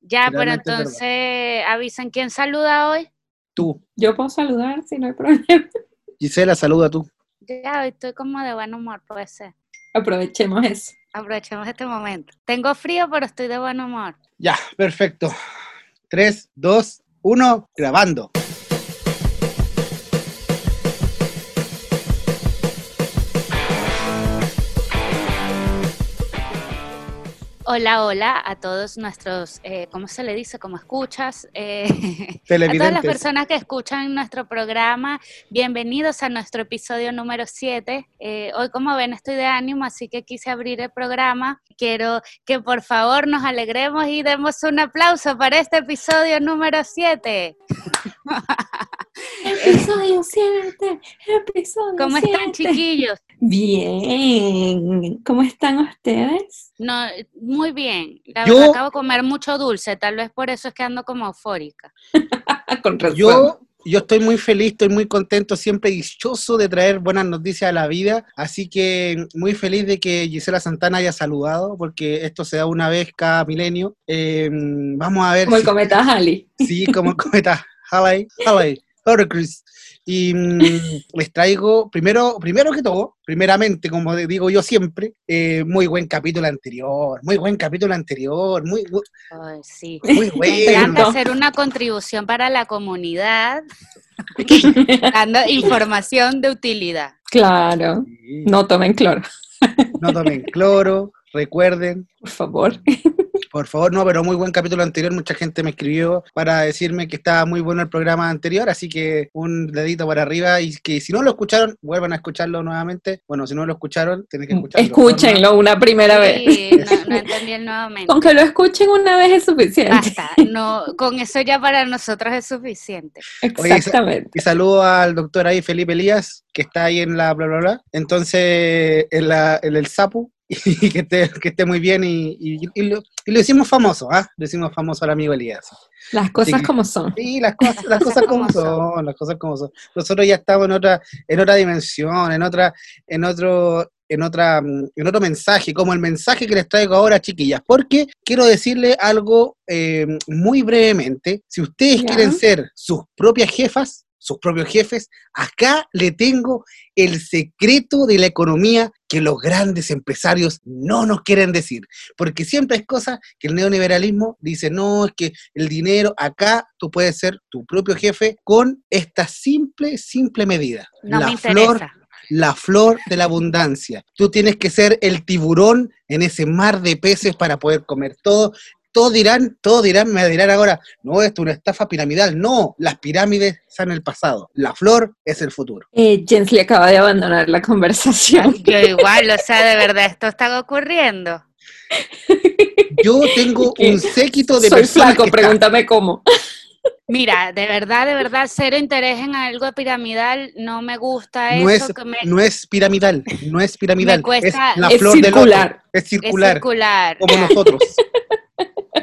Ya, pero entonces avisan quién saluda hoy. Tú. Yo puedo saludar si no hay problema. Gisela, saluda tú. Ya, hoy estoy como de buen humor, puede ser. Aprovechemos eso. Aprovechemos este momento. Tengo frío, pero estoy de buen humor. Ya, perfecto. 3, 2, 1, grabando. Hola, hola a todos nuestros, eh, ¿cómo se le dice? ¿Cómo escuchas? Eh, a Televidentes. todas las personas que escuchan nuestro programa, bienvenidos a nuestro episodio número 7. hoy, como ven, estoy de ánimo, así que quise abrir el programa. Quiero que por favor nos alegremos y demos un aplauso para este episodio número 7. Episodio 7. Episodio ¿Cómo están, chiquillos? Bien. ¿Cómo están ustedes? No, muy bien. La Yo- verdad, acabo de comer mucho dulce, tal vez por eso es que ando como eufórica. Ah, Con razón. Yo, yo estoy muy feliz, estoy muy contento, siempre dichoso de traer buenas noticias a la vida. Así que muy feliz de que Gisela Santana haya saludado, porque esto se da una vez cada milenio. Eh, vamos a ver Como el si cometa Halley. Sí, como el cometa Halley, Halley, Horcrux. Y mm, les traigo, primero, primero que todo, primeramente, como de- digo yo siempre, eh, muy buen capítulo anterior, muy buen capítulo anterior, muy, bu- Ay, sí. muy Me encanta bueno. hacer una contribución para la comunidad, dando información de utilidad. Claro. Sí, No tomen cloro, No tomen cloro, recuerden, por favor. por favor, no, pero muy buen capítulo anterior, mucha gente me escribió para decirme que estaba muy bueno el programa anterior, así que un dedito para arriba y que si no lo escucharon, vuelvan a escucharlo nuevamente. Bueno, si no lo escucharon, tienen que escucharlo. Escúchenlo una primera vez. Sí, no, no entendí el nuevamente. Con que lo escuchen una vez es suficiente. Basta, no, con eso ya para nosotros es suficiente. Oye, Exactamente. Y saludo al doctor ahí, Felipe Elías, que está ahí en la bla bla bla. Entonces, en, la, en el sapo, y que esté, que esté muy bien. Y, y- y lo, y lo hicimos famoso, ¿ah? Lo hicimos famoso al amigo Elías. Las cosas Sí. como son. Sí, las cosas, las cosas como son, las cosas como son. Nosotros ya estamos en otra, en otra dimensión, en otra, en otro, en otra, mm, en otro mensaje, como el mensaje que les traigo ahora, chiquillas, porque quiero decirle algo eh, muy brevemente. Si ustedes Ya. quieren ser sus propias jefas, sus propios jefes, acá le tengo el secreto de la economía que los grandes empresarios no nos quieren decir porque siempre hay cosas que el neoliberalismo dice, no, es que el dinero, acá tú puedes ser tu propio jefe con esta simple, simple medida. No me la flor, interesa. la flor de la abundancia. Tú tienes que ser el tiburón en ese mar de peces para poder comer todo. Todos dirán, todos dirán, me dirán ahora, no, esto es una estafa piramidal. No, las pirámides están en el pasado. La flor es el futuro. Eh, Jens le acaba de abandonar la conversación. Yo igual, o sea, de verdad, esto está ocurriendo. Yo tengo ¿Qué? un séquito de Soy personas flaco, que están- pregúntame cómo. Mira, de verdad, de verdad, cero interés en algo piramidal, no me gusta eso. No es- que me, no es piramidal, no es piramidal. Me cuesta- es la es flor del circular. loto. Es es circular, circular. como nosotros.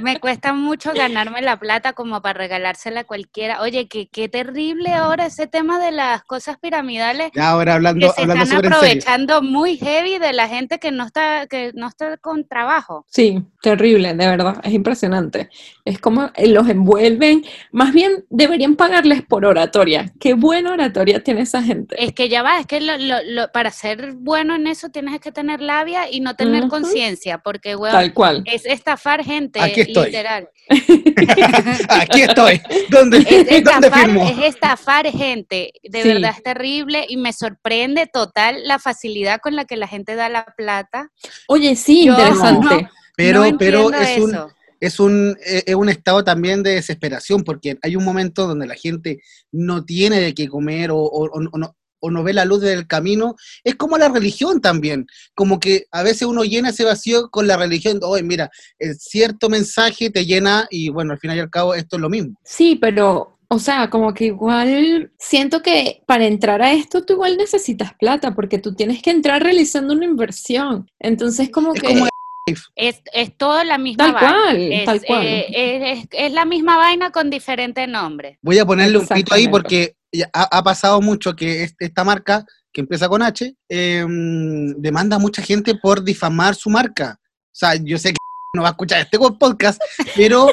Me cuesta mucho ganarme la plata como para regalársela a cualquiera. Oye, que qué terrible ahora ese tema de las cosas piramidales Ya ahora que hablando, se hablando están súper en serio. aprovechando muy heavy de la gente que no está que no está con trabajo. Sí, terrible, de verdad, es impresionante. Es como eh, los envuelven, más bien deberían pagarles por oratoria. Qué buena oratoria tiene esa gente. Es que ya va, es que lo- lo- lo- para ser bueno en eso tienes que tener labia y no tener Ujú. conciencia, porque weón, Tal cual. es estafar gente, Aquí estoy. literal. Aquí estoy. ¿Dónde, Es eh, ¿dónde estafar, firmo? es estafar gente, de Sí. verdad es terrible y me sorprende total la facilidad con la que la gente da la plata. Oye, sí, Yo- interesante. Pero, No pero entiendo es un, eso. es un, eh, es un estado también de desesperación, porque hay un momento donde la gente no tiene de qué comer o, o- o- o no, o no ve la luz del camino. Es como la religión también, como que a veces uno llena ese vacío con la religión. Oye, mira, eh, cierto mensaje te llena y bueno, al final y al cabo esto es lo mismo. Sí, pero, o sea, como que igual siento que para entrar a esto tú igual necesitas plata, porque tú tienes que entrar realizando una inversión. Entonces, como Es que como Es, es todo la misma tal vaina. cual, Es, tal cual. eh, es- es- es la misma vaina con diferente nombre. Voy a ponerle un pito ahí Exactamente. porque ya ha, ha pasado mucho que es- esta marca, que empieza con H, eh, demanda a mucha gente por difamar su marca. O sea, yo sé que no va a escuchar este podcast, pero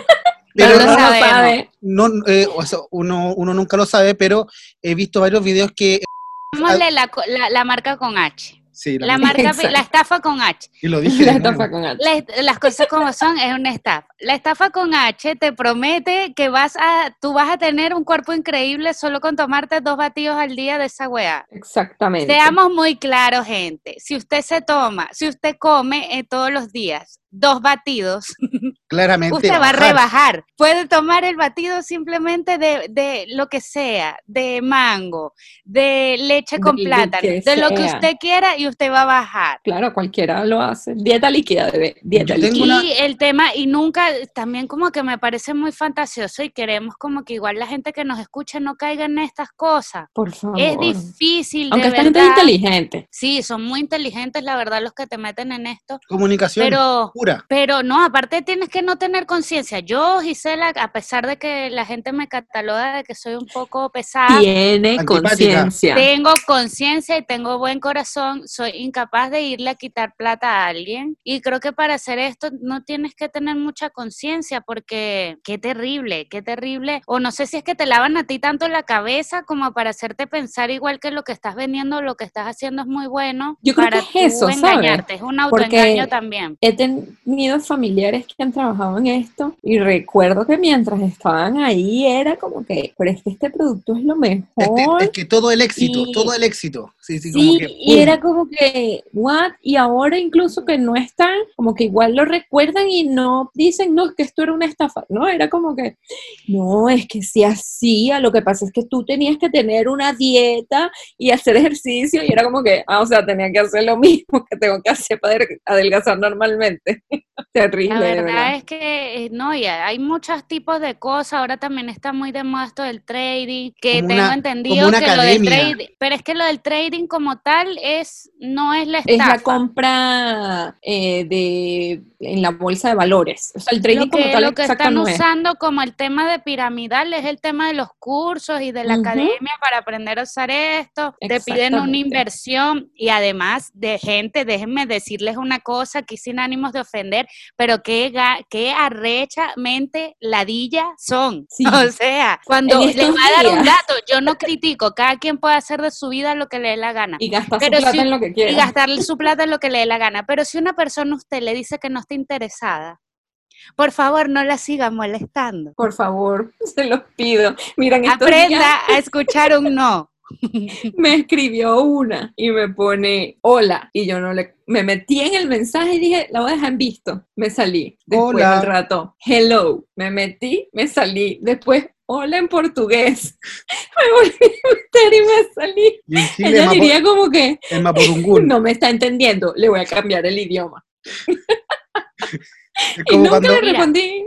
Pero Pero no lo lo sabemos. sabe. no, eh, o sea, uno, uno nunca lo sabe, pero he visto varios videos que... Ah. Llamémosle la, co- la- la marca con H. Sí, la- La marca, Exacto. la estafa con H. y lo dije. La de nuevo. estafa con H. La est- las cosas como son es una estafa. La estafa con H te promete que vas a, tú vas a tener un cuerpo increíble solo con tomarte dos batidos al día de esa weá. Exactamente. Seamos muy claros, gente. Si usted se toma, si usted come eh, todos los días dos batidos, Claramente. usted va a bajar. rebajar. Puede tomar el batido simplemente de, de lo que sea, de mango, de leche De con lo plátano, que de lo que sea. usted quiera y usted va a bajar. Claro, cualquiera lo hace. Dieta líquida, bebé. Dieta Yo tengo Y líquida. una- el tema, y nunca, también como que me parece muy fantasioso y queremos como que igual la gente que nos escucha no caiga en estas cosas. Por favor. Es difícil, Aunque de esta verdad. gente es inteligente. Sí, son muy inteligentes, la verdad, los que te meten en esto, Comunicación pero... pura. Pero no, aparte tienes que no tener conciencia. Yo, Gisela, a pesar de que la gente me cataloga de que soy un poco pesada, Tiene Antipática. conciencia. tengo conciencia y tengo buen corazón, soy incapaz de irle a quitar plata a alguien. Y creo que para hacer esto no tienes que tener mucha conciencia porque qué terrible, qué terrible. O no sé si es que te lavan a ti tanto la cabeza como para hacerte pensar igual que lo que estás vendiendo, lo que estás haciendo es muy bueno. Yo creo para que es tú eso, ¿sabes? engañarte, es un Porque- autoengaño también. He tenido familiares que han trabajado en esto y recuerdo que mientras estaban ahí era como que, pero es que este producto es lo Es, que- mejor. es que todo el éxito, Y- todo el éxito. Sí, sí, como Sí, que, y ¡pum! era como que, what? Y ahora incluso que no están, como que igual lo recuerdan y no dicen, no, es que esto era una estafa. No, era como que, no, es que se hacía, lo que pasa es que tú tenías que tener una dieta y hacer ejercicio y era como que, ah, o sea, tenía que hacer lo mismo que tengo que hacer para adelg- adelgazar normalmente. Terrible, La de verdad, verdad. es que eh, no, y hay muchos tipos de cosas. Ahora también está muy de moda esto del trading, que Como tengo una- como entendido una que lo del academia. trading, pero es que lo del trading como tal es no es la Es estafa. la compra eh, de, en la bolsa de valores. O sea, el trading lo que, como tal lo que exacto están no es. usando como el tema de piramidal es el tema de los cursos y de la Ujú. academia para aprender a usar esto. Te piden una Exactamente. inversión y además de gente, déjenme decirles una cosa aquí sin ánimos de ofender, pero qué, ga- qué arrechamente ladilla son. Sí. O sea, cuando En les estos voy a dar un días. dato, yo no critico, cada quien puede hacer de su vida lo que le dé la gana Y gastar su Pero plata si- en lo que y quiera. gastarle su plata en lo que le dé la gana. Pero si una persona a usted le dice que no está interesada, por favor no la siga molestando. Por favor, se los pido. Miren, estos días Aprenda a escuchar un no. me escribió una y me pone hola. Y yo no le. Me metí en el mensaje y dije, la voy a dejar en visto. Me salí. Después Hola. al rato, hello. Me metí, me salí. Después, hola en portugués. Me volví a meter y me salí. y en Chile, Ella Mapo- diría como que en Mapudungún. no me está entendiendo, le voy a cambiar el idioma. Es Y como nunca cuando- le Mira. respondí.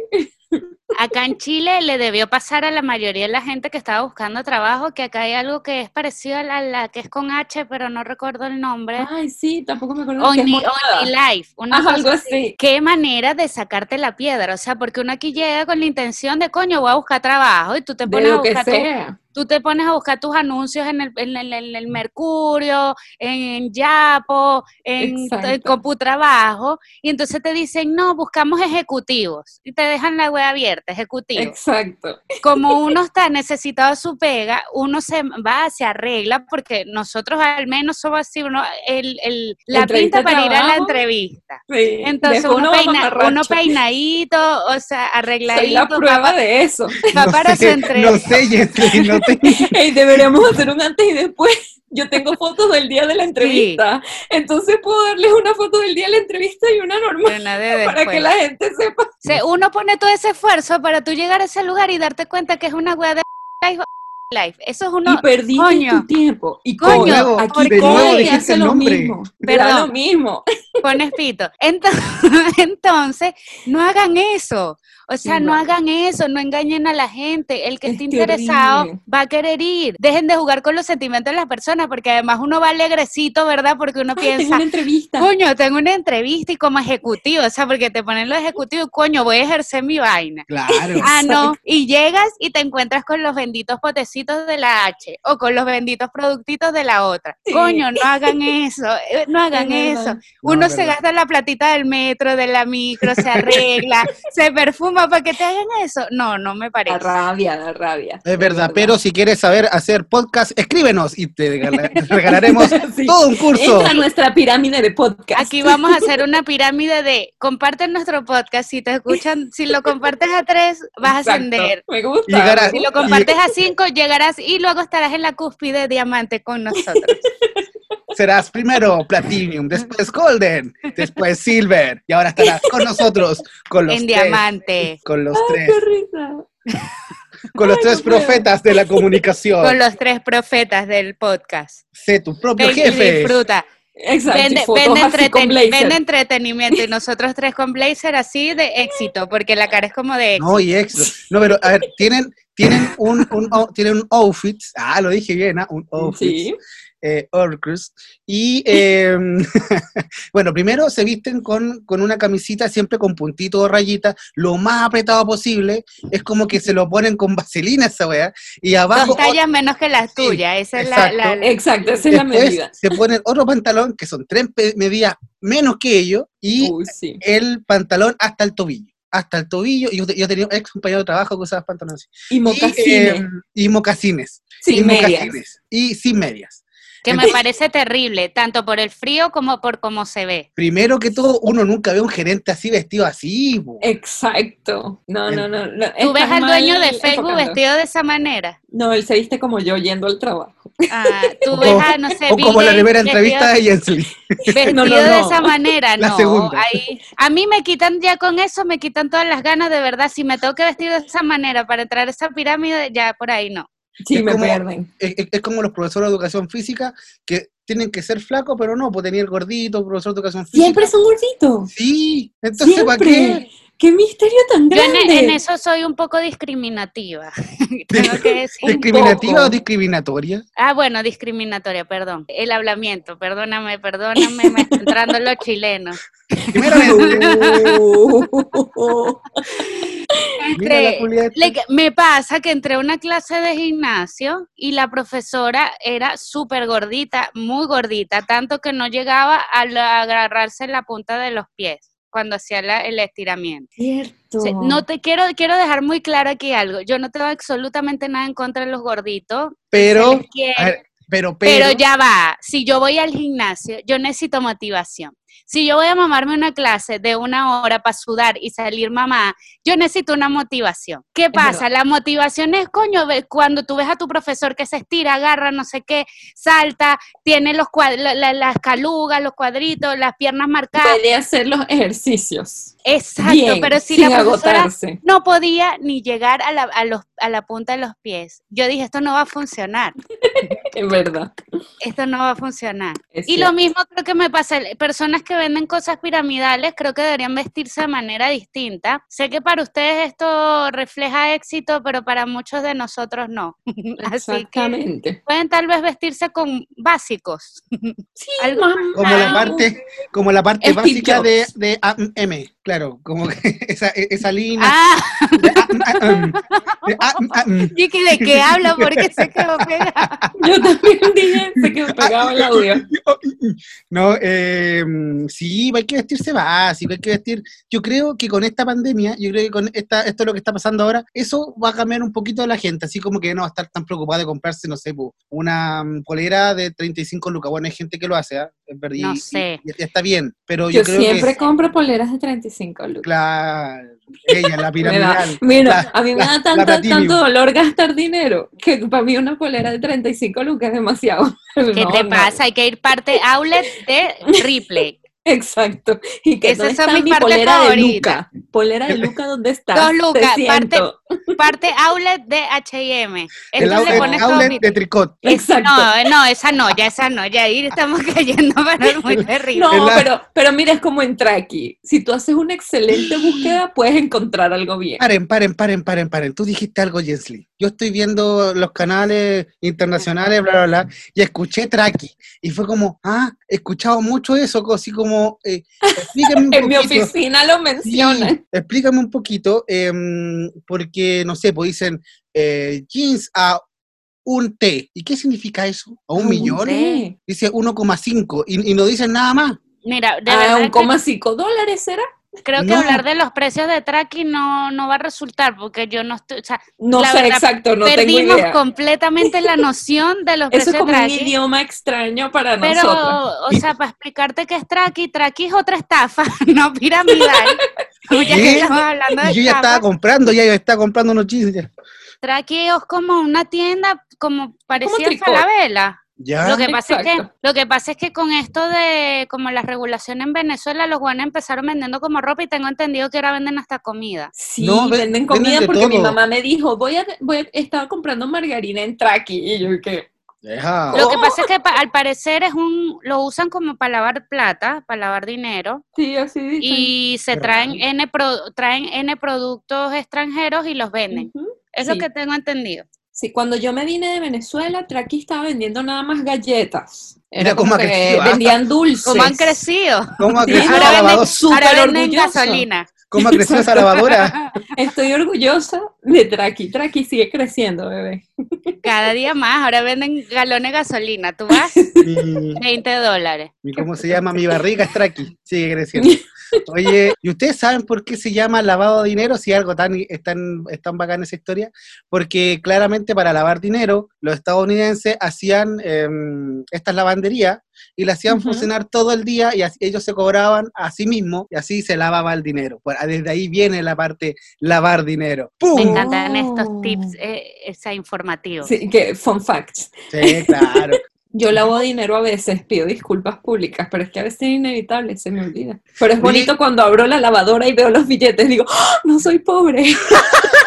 Acá en Chile le debió pasar a la mayoría de la gente que estaba buscando trabajo, que acá hay algo que es parecido a la, la que es con H, pero no recuerdo el nombre. Ay, sí, tampoco me acuerdo. qué es Only, monada. Only Life, una Ajá, cosa algo así. qué manera de sacarte la piedra, o sea, porque uno aquí llega con la intención de, coño, voy a buscar trabajo y tú te De pones a lo que buscar tu- sea. tú te pones a buscar tus anuncios en el, en el- en el Mercurio, en Yapo, en t- Exacto. CompuTrabajo, y entonces te dicen, no, buscamos ejecutivos, y te dejan la web abierta, ejecutivos. Exacto. Como uno está necesitado de su pega, uno se va, se arregla, porque nosotros al menos somos así, uno, el, el- la Entrevista pinta de para ir a la trabajo. entrevista. Sí, Entonces después uno, va peina- mamarracho. uno peinadito, o sea, Soy arregladito, la prueba de eso. va no para sé, su entrevista. No sé, Jessy, no te- Ey, deberíamos hacer un antes y después. Yo tengo fotos del día de la entrevista. Entonces puedo darles una foto del día de la entrevista y una normal Una de para que después. la gente sepa. O sea, uno pone todo ese esfuerzo para tú llegar a ese lugar y darte cuenta que es una wea de life. life. Eso es uno, y perdiste coño. tu tiempo. Y Coño, coño, luego- aquí de nuevo coño dijiste hace el lo nombre. mismo. Perdón. Da lo mismo. pones pito. Entonces, entonces, no hagan eso. O sea, no. No. hagan eso, no engañen a la gente. El que Es esté interesado terrible. va a querer ir. Dejen de jugar con los sentimientos de las personas, porque además uno va alegrecito, ¿verdad? Porque uno Ay, tengo piensa, una entrevista. Coño, tengo una entrevista y como ejecutivo, o sea, porque te ponen los ejecutivos, coño, voy a ejercer mi vaina. Claro. Ah, no, y llegas y te encuentras con los benditos potecitos de la H o con los benditos productitos de la otra. Sí. Coño, no hagan eso, eh, no hagan Es eso. verdad. Uno uno se gasta la platita del metro, de la micro, se arregla, se perfuma para que te hagan eso. No, no me Da parece. rabia, da rabia. Es verdad, pero si quieres saber hacer podcast, escríbenos y te regala- regalaremos Sí. todo un curso. Entra a nuestra pirámide de podcast. Aquí vamos a hacer una pirámide de comparten nuestro podcast. Si te escuchan, si lo compartes a tres, vas a Exacto. ascender. Me gusta. Llegar a- me Si lo gusta. compartes a cinco, llegarás y luego estarás en la cúspide diamante con nosotros. Serás primero Platinum, después Golden, después Silver y ahora estarás con nosotros, con los en tres, diamante. con los Qué tres, risa. con los Ay, tres no puedo. profetas de la Con comunicación. los tres profetas del podcast. Sé tu propio Ven y jefe. disfruta. Exacto. y Vende, fotos vende así con entreten- blazer. vende entretenimiento y nosotros tres con blazer así de éxito, porque la cara es como de éxito. No, y extra. No, pero a ver, tienen, tienen un, un ou- tienen un outfit. Ah, lo dije bien, ah, un outfit. Sí. eh, Orcus. Y eh, bueno, primero se visten con, con una camisita siempre con puntito o rayita, lo más apretado posible. Es como que se lo ponen con vaselina esa weá. Y abajo. Dos tallas menos que las tuyas. Esa es la, exacto. la- Exacto, esa es la después medida. se ponen otro pantalón que son tres pe- medidas menos que ellos y Uy, sí. el pantalón hasta el tobillo. Hasta el tobillo. Yo, yo tenía un ex compañero de trabajo que usaba pantalones. así. Y em, Y, mocasines. eh, y mocasines. y sin medias. mocasines. Y sin medias. que me parece terrible, tanto por el frío como por cómo se ve. Primero que todo, uno nunca ve un gerente así vestido así. po. Exacto. No, no, no. no, Tú ves estás al dueño mal de Facebook enfocando. vestido de esa manera. No, él se viste como yo yendo al trabajo. Ah, tú O ves como- a, no sé, o Bill como la Gates primera vestido- entrevista de Jensley. Vestido No, no, de no. esa manera, La no. segunda. ahí- a mí me quitan ya con eso, me quitan todas las ganas, de verdad. Si me tengo que vestir de esa manera para entrar a esa pirámide, ya por ahí no. Sí, Es me como- pierden. Es, es- es como los profesores de educación física que tienen que ser flacos, pero no, pues tenía el gordito, profesor de educación física. Siempre son gorditos. Sí, entonces ¿para qué? Siempre. Qué misterio tan Yo en, grande. en eso soy un poco discriminativa. Tengo que decir. ¿Discriminativa poco. o discriminatoria? Ah, bueno, discriminatoria, perdón. El hablamiento, perdóname, perdóname, me está entrando los chilenos. Primeramente, Uh. mira la Julieta. Like, me pasa que entré a una clase de gimnasio y la profesora era súper gordita, muy gordita, tanto que no llegaba a la- agarrarse la punta de los pies cuando hacía la- el estiramiento. Cierto. O sea, no te quiero, quiero dejar muy claro aquí algo. Yo no tengo absolutamente nada en contra de los gorditos. se Pero, les quiere, a ver, pero, pero, pero ya va. Si yo voy al gimnasio, yo necesito motivación. Si yo voy a mamarme una clase de una hora para sudar y salir mamá, yo necesito una motivación. ¿Qué pasa? La motivación es, coño, ve- cuando tú ves a tu profesor que se estira, agarra, no sé qué, salta, tiene los cuad- la- la- las calugas, los cuadritos, las piernas marcadas. Puede hacer los ejercicios. Exacto, Bien, pero si sin la profesora agotarse. no podía ni llegar a la, a los, a la punta de los pies, yo dije, esto no va a funcionar, Es verdad. esto no va a funcionar. es Y lo cierto. mismo creo que me pasa, personas que venden cosas piramidales creo que deberían vestirse de manera distinta. Sé que para ustedes esto refleja éxito, pero para muchos de nosotros no. Así que Exactamente. pueden tal vez vestirse con básicos. algo mamá. como la parte, como la parte Steve básica de, Jobs. de AM, claro, como que esa, esa línea. Ah, de AM, de AM. yo que de qué hablo porque se quedó pegada. Yo también dije, se quedó pegado Ah, el audio. No, eh, sí, hay que vestirse básico, hay que vestir. Yo creo que con esta pandemia, yo creo que con esta, esto es lo que está pasando ahora, eso va a cambiar un poquito a la gente, así como que no va a estar tan preocupada de comprarse, no sé, po, una mm, polera de 35 lucas. Bueno, hay gente que lo hace, ¿ah? Es verdad, y- No sé. y- y está bien, pero yo, Yo, creo siempre que. compro poleras de 35 lucas. Claro, ella, la Me da- piramidal. mira, la- a mí me la- da la tanto, Platinum. tanto dolor gastar dinero que para mí una polera de 35 lucas es demasiado. ¿Qué No, te no. pasa? Hay que ir parte outlet de Ripley. Exacto. Y que Esas ¿dónde son está mis mi partes polera favoritas. de Luca. Polera de Luca, ¿dónde está? Dos lucas, Te parte- siento. Parte outlet de H&M. El Entonces outlet, le pones todo outlet mi- de tricot. Es- Exacto. No, no, esa no, ya esa no, ya ahí estamos cayendo para algo muy terrible. No, ¿Verdad? pero, pero mira, es como en Traki. Si tú haces una excelente búsqueda, puedes encontrar algo bien. Paren, paren, paren, paren, paren. Tú dijiste algo, Jensly. Yo estoy viendo los canales internacionales, bla, bla, bla, y escuché Traki. Y fue como, ah, he escuchado mucho eso, co- así como, eh, explícame un En mi poquito. oficina lo Sí, mencionan. explícame un poquito, em, porque, no sé, pues dicen eh, jeans a un T. ¿Y qué significa eso? ¿A un millón? té. Dice 1,5 y, y no dicen nada más. Mira, de Ah, verdad un que coma cinco dólares será. creo que No. hablar de los precios de tracking no, no va a resultar porque yo no estoy, o sea, No La sé verdad, exacto, no tengo perdimos idea. completamente la noción de los Eso precios es como de un tracking. idioma extraño para Pero, nosotros. o sea, para explicarte qué es traqui, traqui es otra estafa, no piramidal. ya ¿Qué? que estamos hablando de Y yo ya estaba estafa, comprando, ya yo estaba comprando unos jeans. Ya. traqui es como una tienda como parecida a tricot. Ah, Falabella. Ya. Lo que, pasa es que, Exacto. lo que pasa es que con esto de como la regulación en Venezuela, los guanes empezaron vendiendo como ropa y tengo entendido que ahora venden hasta comida. Sí, No, ve- venden venden comida de porque mi todo. mamá me dijo, voy a, voy a- estaba comprando margarina en Traki y yo que Deja. Lo que Oh. pasa es que pa- al parecer es un lo usan como para lavar plata, para lavar dinero sí, así dicen. y se Qué traen raro. n pro- traen n productos extranjeros y los venden. Ujú. Es Sí. lo que tengo entendido. Sí, cuando yo me vine de Venezuela, Traki estaba vendiendo nada más galletas. Mira cómo ha que crecido, ¿ah? vendían dulces. Como han crecido. ¿Cómo ha Sí, crecido ahora esa venden- lavadora? Súper ahora venden orgulloso. gasolina. ¿Cómo ha crecido esa lavadora? Estoy orgullosa de Traki. Traki sigue creciendo, bebé. Cada día más, ahora venden galones de gasolina. Tú vas, Mi- 20 dólares. mi- ¿Cómo se llama? Mi barriga está aquí, sigue creciendo. Oye, ¿y ustedes saben por qué se llama lavado de dinero? Si algo tan, es tan, es tan bacán esa historia. Porque claramente para lavar dinero, los estadounidenses hacían eh, estas lavanderías y las hacían Ujú. funcionar todo el día y así- ellos se cobraban a sí mismos y así se lavaba el dinero. Por- Desde ahí viene la parte lavar dinero. Me ¡Pum! encantan estos Oh. tips, eh, o sea, informativos. Sí, que fun facts. Sí, claro. Yo lavo dinero a veces, pido disculpas públicas, pero es que a veces es inevitable, se me olvida. Pero es Oye. bonito cuando abro la lavadora y veo los billetes, digo, "¡Ah! no soy pobre.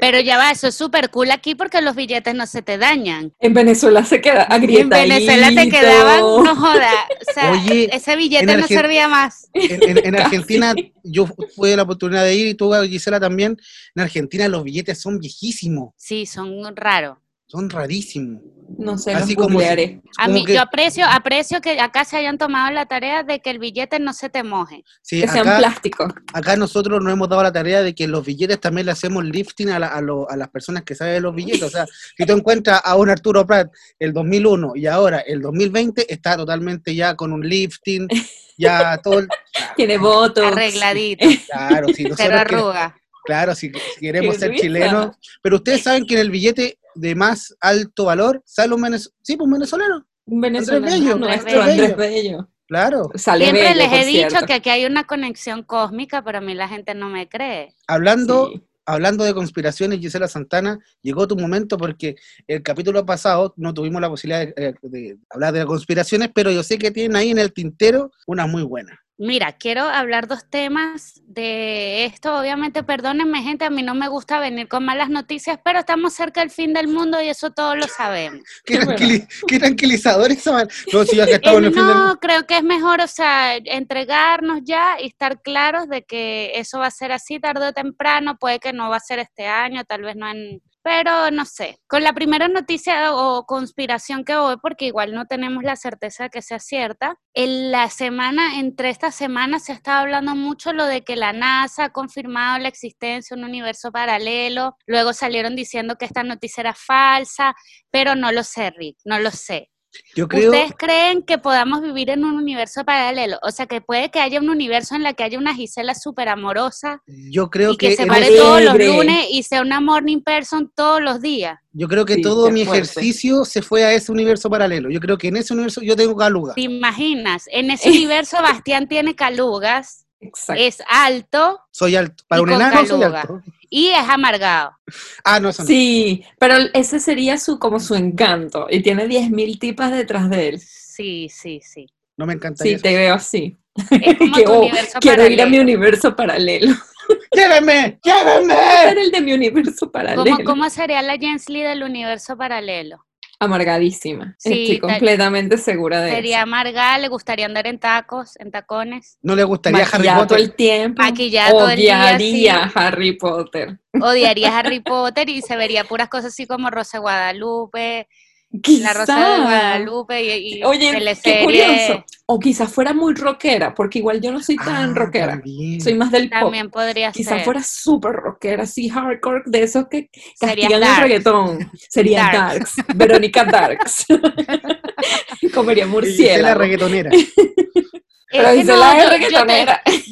Pero ya va, eso es súper cool aquí porque los billetes no se te dañan. En Venezuela se queda En agrietadito. Venezuela te quedaban, no joda. O sea, Oye, ese billete en no Argen- servía más. En, en- en Casi. Argentina, yo tuve la oportunidad de ir y tú, Gisela, también. En Argentina los billetes son viejísimos, Sí, son raros. son rarísimos. No sé, Así los como si- eh, googlearé. A Como mí, que- yo aprecio, aprecio que acá se hayan tomado la tarea de que el billete no se te moje. Sí, Que sean acá, plásticos. acá nosotros nos hemos dado la tarea de que los billetes también le hacemos lifting a, la- a lo- a las personas que saben de los billetes. O sea, si tú encuentras a un Arturo Prat el 2001 y ahora el 2020, está totalmente ya con un lifting, ya todo. el- Tiene votos. Arregladito, Claro, si pero nosotros que- arruga. Claro, si, si queremos Qué ser risa. chilenos. Pero ustedes saben que en el billete de más alto valor sale un venezolano. Sí, pues un venezolano. Venezuela, Andrés Bello, nuestro Andrés Andrés Bello. Claro. Sale Siempre bello, les por he dicho cierto. que aquí hay una conexión cósmica, pero a mí la gente no me cree. Hablando, Sí. hablando de conspiraciones, Gisela Santana, llegó tu momento porque el capítulo pasado no tuvimos la posibilidad de, eh, de hablar de las conspiraciones, pero yo sé que tienen ahí en el tintero unas muy buenas. Mira, quiero hablar dos temas de esto. Obviamente, perdónenme, gente, a mí no me gusta venir con malas noticias, pero estamos cerca del fin del mundo y eso todos lo sabemos. Qué, Es verdad. tranquili- qué tranquilizador esa man- No, si ya que Eh, estamos en el fin del no, creo que es mejor, o sea, entregarnos ya y estar claros de que eso va a ser así tarde o temprano, puede que no va a ser este año, tal vez no en... Pero no sé, con la primera noticia o conspiración que voy, porque igual no tenemos la certeza de que sea cierta, en la semana, entre estas semanas se está hablando mucho lo de que la NASA ha confirmado la existencia de un universo paralelo, luego salieron diciendo que esta noticia era falsa, pero no lo sé, Rick, no lo sé. Yo creo. ¿Ustedes creen que podamos vivir en un universo paralelo? O sea, que puede que haya un universo en la que haya una Gisela súper amorosa Yo creo y que, se en pare el- todos los Libre. lunes y sea una morning person todos los días. yo creo que Sí, todo qué mi fuerte. ejercicio se fue a ese universo paralelo. Yo creo que en ese universo yo tengo caluga. ¿Te imaginas? En ese universo Bastián tiene calugas, Exacto. es alto Soy alto. Para Y un con enano soy caluga. alto. y es amargado. Ah, no, eso no. Sí, pero ese sería su como su encanto y tiene 10.000 tipas detrás de él. Sí, sí, sí. No me encanta Sí, eso. te veo así. Es como Que, tu oh, universo quiero ir a mi paralelo. universo paralelo. ¡Llévenme! ¡Llévenme! Era el de mi universo paralelo. ¿Cómo, cómo sería la Jens Lee del universo paralelo? Amargadísima. Sí, Estoy ta- completamente segura de Sería eso. amargada, le gustaría andar en tacos, en tacones. No le gustaría Harry Maquillada todo Potter. el tiempo. Maquillada todo el día, Odiaría sí. a Harry Potter. odiaría a Harry Potter y se vería puras cosas así como Rosa de Guadalupe, la Rosa de Quizá. Guadalupe y, y Oye, qué teleserie. curioso. O quizás fuera muy rockera, porque igual yo no soy tan Ah, rockera. también. Soy más del pop. También podría Quizás ser. fuera súper rockera, así hardcore, de esos que Sería castigan el dark. reggaetón. Sería Darks. Darks. Verónica Darks. Comería Gisela murciélago. reggaetonera. Pero que dice Eh, no, la yo- R yo que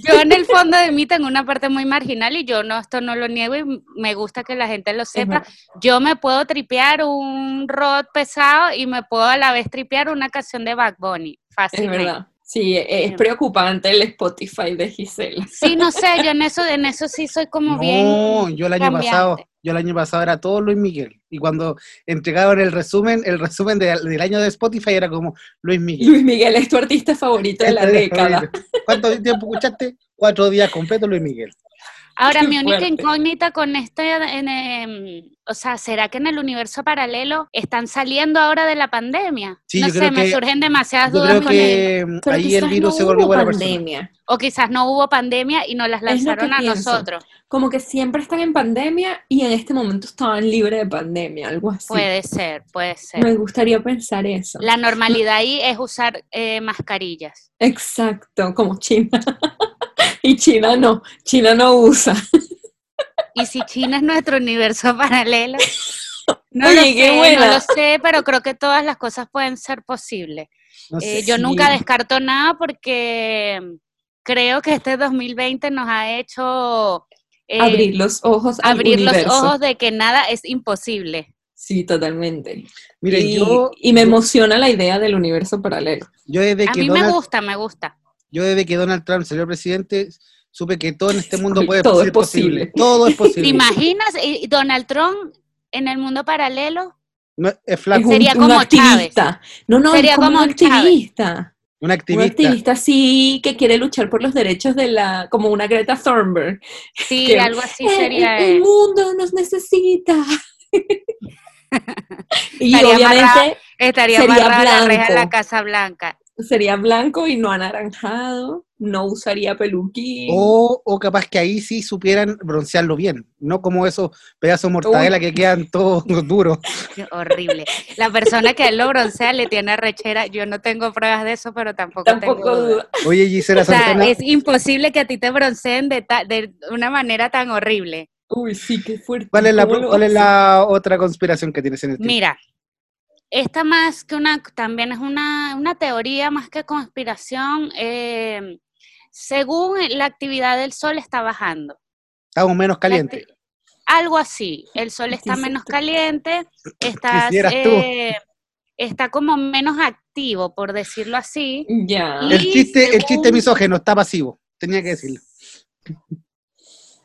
te- Yo en el fondo de mí tengo una parte muy marginal y yo no, esto no lo niego y me gusta que la gente lo sepa. Yo me puedo tripear un rock pesado y me puedo a la vez tripear una canción de Bad Bunny, Es fácilmente. verdad. Sí, eh, es Sí. preocupante el Spotify de Gisela. Sí, no sé, yo en eso, en eso sí soy como bien. No, yo el año pasado, cambiante. yo el año pasado era todo Luis Miguel. Y cuando entregaban el resumen, el resumen de- del año de Spotify era como Luis Miguel. Este Luis Miguel es tu artista favorito de la década. ¿Cuánto tiempo escuchaste? Cuatro días completos, Luis Miguel. Ahora, Qué mi única fuerte. incógnita con esto, en, em, o sea, ¿será que en el universo paralelo están saliendo ahora de la pandemia? Sí, no yo sé, creo me que- surgen demasiadas Yo dudas creo con él. que mm, ahí el virus se volvió buena persona. O quizás no hubo pandemia y nos las Es lo que lanzaron a pienso. nosotros. Como que siempre están en pandemia y en este momento estaban libres de pandemia, algo así. Puede ser, puede ser. Me gustaría pensar eso. La normalidad ahí es usar eh, mascarillas. Exacto, como China. y China no, China no usa. Y si China es nuestro universo paralelo, no, lo Oye, qué sé, no buena. lo sé, pero creo que todas las cosas pueden ser posibles. No sé. Eh, yo Sí. nunca descarto nada porque creo que este 2020 nos ha hecho eh, abrir los ojos al abrir los universo. ojos de que nada es imposible. Sí, totalmente. Mire, y, yo, y me yo- emociona la idea del universo paralelo. yo desde A que mí me Donald, gusta, me gusta. yo desde que Donald Trump salió presidente, supe que todo en este mundo Uy, puede todo ser es posible. Todo es ¿Te posible. imaginas eh, Donald Trump en el mundo paralelo? No, es Es flaco, un, Sería un como activista. No, no, Sería es como, como un Chávez. activista. un Un activista. activista, sí, que quiere luchar por los derechos de la... como una Greta Thunberg. Sí, Que- algo así El- sería. eh, el, él. el mundo nos necesita. y Estaría obviamente amarrado. Estaría Sería amarrada a la reja de la blanco. Casa Blanca. sería blanco y no anaranjado, no usaría peluquín. O, o capaz que ahí sí supieran broncearlo bien, no como esos pedazos de mortadela que quedan todos duros. Qué horrible. La persona que a él lo broncea le tiene rechera. Yo no tengo pruebas de eso, pero tampoco, Tampoco tengo dudas. duda. Oye, Gisela O sea, Santana, es imposible que a ti te bronceen de, ta- de una manera tan horrible. Uy, sí, qué fuerte. ¿cuál es la, ¿cómo lo cuál es hace? la otra conspiración que tienes en el tiempo? Mira, esta más que una, también es una, una teoría más que conspiración. eh, según la actividad del sol está bajando. Estamos menos La caliente. acti- Algo así. El sol está Quisi- menos caliente, está, Quisieras tú. está como menos activo, por decirlo así. Ya. Y- El chiste, el chiste según- misógeno está pasivo, tenía que decirlo.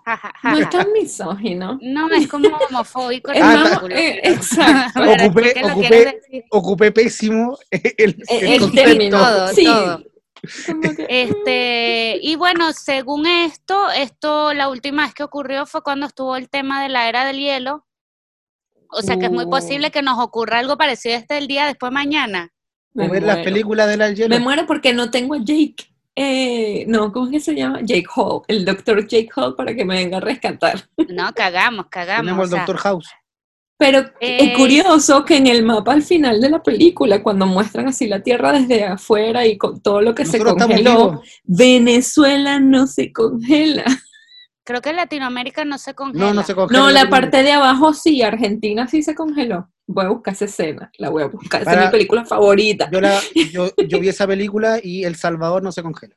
Ja, ja, ja, No ja. es tan misógino. No, es como homofóbico. Es Ah, más, ridículo. eh, exacto. Pero es Ocupé- que lo ocupé- quieres decir. Ocupé pésimo Eh, el, el el concepto. término. todo, Eh, Sí. todo. Como que, Este, y bueno, según esto, esto la última vez que ocurrió fue cuando estuvo el tema de la era del hielo. O sea que es muy Uh. posible que nos ocurra algo parecido este el día después mañana. me O ver las muero. películas de la Me hielo. muero porque no tengo a Jake. eh, no, ¿cómo es que se llama? Jake Hall, el doctor Jake Hall para que me venga a rescatar. No, cagamos, cagamos. Tenemos o el sea, Doctor House. Pero Eh. es curioso que en el mapa al final de la película, cuando muestran así la Tierra desde afuera y con todo lo que Nosotros se estamos congeló, vivos. Venezuela no se congela. creo que en Latinoamérica no se congela. No, no se congela. No, la parte de abajo sí, Argentina sí se congeló. Voy a buscar esa escena, la voy a buscar. Esa es Para- mi película favorita. Yo, la- yo, yo vi esa película y El Salvador no se congela.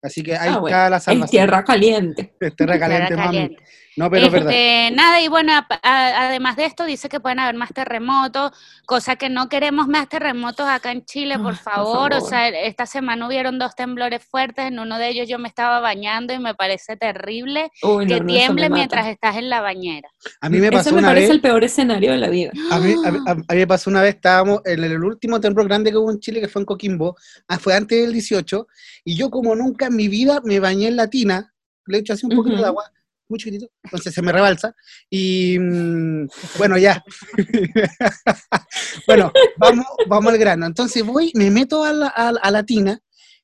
Así que ahí Ah, está bueno, la En salvación. tierra caliente. Tierra Tierra caliente, mami. caliente. No, pero es verdad. Este, nada, y bueno, a- a- además de esto, dice que pueden haber más terremotos, cosa que no queremos más terremotos acá en Chile, por Ah, Ay, por favor. O favor. sea, esta semana hubieron dos temblores fuertes, en uno de ellos yo me estaba bañando y me parece terrible que Uy, no, no, eso me tiemble mata. mientras estás en la bañera. A mí me Ese pasó me una parece vez. el peor escenario de la vida. A mí, a, mí- ¡Ah! a mí me pasó una vez, estábamos en el último templo grande que hubo en Chile, que fue en Coquimbo, ah, fue antes del 18, y yo como nunca en mi vida me bañé en la tina, le echo así un poquito de Ujú. agua, muy chiquitito, entonces se me rebalsa, y mm, bueno, ya. bueno, vamos, vamos al grano. Entonces voy, me meto a la, a, la- a la tina,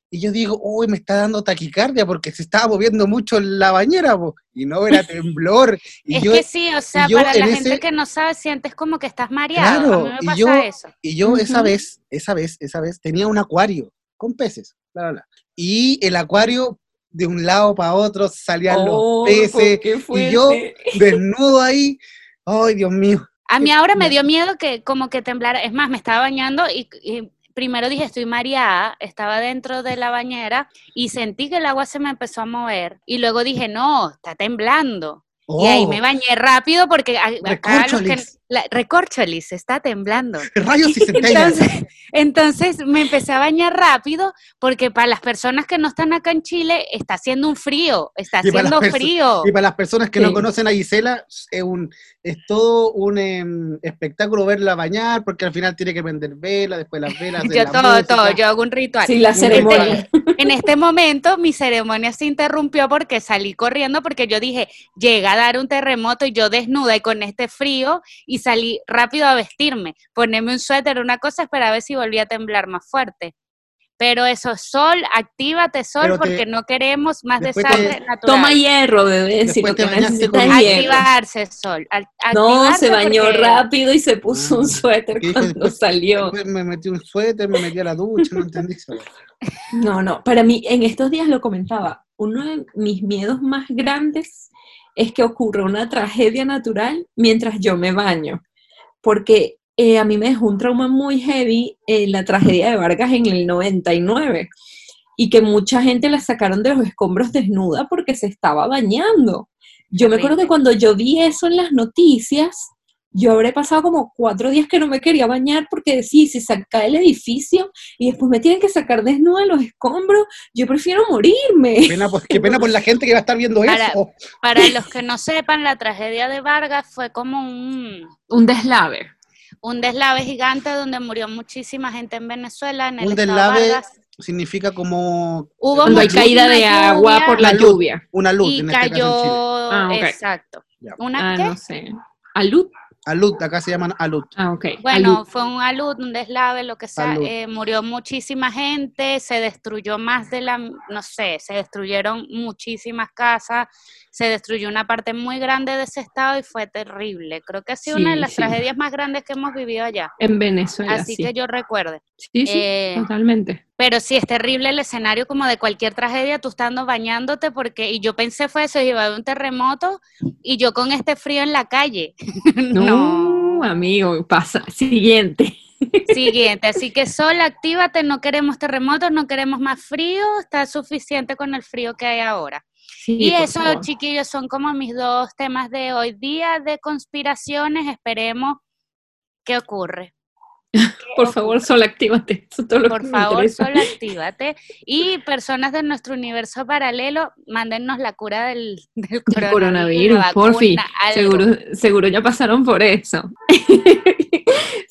y yo digo, uy, me está dando taquicardia porque se estaba moviendo mucho la bañera, po". y no era temblor. Y es yo que sí, o sea, yo para la en gente ese- que no sabe, sientes como que estás mareado. Claro, a mí me y pasa yo- eso. Y yo esa Ujú. vez, esa vez, esa vez, tenía un acuario con peces, bla, bla, bla. Y el acuario de un lado para otro salían Oh, los peces, qué este? y yo- fuerte. desnudo ahí. Ay, Dios mío. A mí ahora me dio miedo que como que temblara. Es más, me estaba bañando y, y primero dije, estoy mareada, estaba dentro de la bañera y sentí que el agua se me empezó a mover. Y luego dije, no, está temblando. Y ahí Oh, me bañé rápido porque a- acá los que, Recorcholis. la- recorcholis, está temblando. Rayos y centellas. Entonces, entonces me empecé a bañar rápido porque para las personas que no están acá en Chile está haciendo un frío, está Y para las haciendo perso- frío. Y para las personas que no Sí. conocen a Gisela, es, un, es todo un em, espectáculo verla bañar, porque al final tiene que prender velas, después las velas. hacer Yo la todo, todo, música. yo hago un ritual. Sí, la Muy ceremonia. En este momento mi ceremonia se interrumpió porque salí corriendo porque yo dije, llega a dar un terremoto y yo desnuda y con este frío y salí rápido a vestirme, ponerme un suéter, una cosa, esperar a ver si volvía a temblar más fuerte. Pero eso, sol, actívate sol Pero te- porque no queremos más después desastre natural. Toma hierro, bebé, si Después lo te que bañaste necesitas con es un- hierro. Activarse sol. al- No, activarse se bañó porque- rápido y se puso un Ah, suéter porque dije cuando después- salió. Después Me metí un suéter, me metí a la ducha, no entendí eso. No, no, para mí, en estos días lo comentaba, uno de mis miedos más grandes es que ocurra una tragedia natural mientras yo me baño, porque eh, a mí me dejó un trauma muy heavy eh, la tragedia de Vargas en el 99 y que mucha gente la sacaron de los escombros desnuda porque se estaba bañando. Yo me acuerdo que Horrible. cuando yo vi eso en las noticias, yo habré pasado como cuatro días que no me quería bañar porque sí, si se cae el edificio y después me tienen que sacar desnuda de los escombros, yo prefiero morirme. Pena por- qué pena por la gente que va a estar viendo Para- eso. Para los que no sepan, la tragedia de Vargas fue como un... Un deslave. un deslave gigante donde murió muchísima gente en Venezuela, en el Un estado deslave Vargas. Significa como Hubo Cuando hay muchísima caída de agua lluvia por la La luz. lluvia. una luz, y en este caso en Chile. cayó, Ah, ok. exacto. Ya. ¿Una Ah, qué? no sé. ¿Alud? Alud, acá se llaman alud. Ah, ok. Bueno, Alud. fue un alud, un deslave, lo que sea, Alud. eh, murió muchísima gente, se destruyó más de la, no sé, se destruyeron muchísimas casas, se destruyó una parte muy grande de ese estado y fue terrible. Creo que ha sido una de Sí, las sí. tragedias más grandes que hemos vivido allá, En Venezuela, así sí. que yo recuerde. sí, sí, eh, totalmente. Pero sí, es terrible el escenario como de cualquier tragedia, tú estando bañándote, porque, y yo pensé fue eso, iba a haber un terremoto y yo con este frío en la calle. No, amigo, pasa. Siguiente. Siguiente, así que sol, actívate, no queremos terremotos, no queremos más frío, está suficiente con el frío que hay ahora. Sí, y por eso, favor. chiquillos, son como mis dos temas de hoy día de conspiraciones, esperemos qué ocurre. Por favor, Sol, actívate. Eso es todo lo que Por me favor, interesa. solo actívate. Y personas de nuestro universo paralelo, mándennos la cura del, del Del coronavirus. coronavirus, la porfi. vacuna, algo. Seguro, seguro ya pasaron por eso.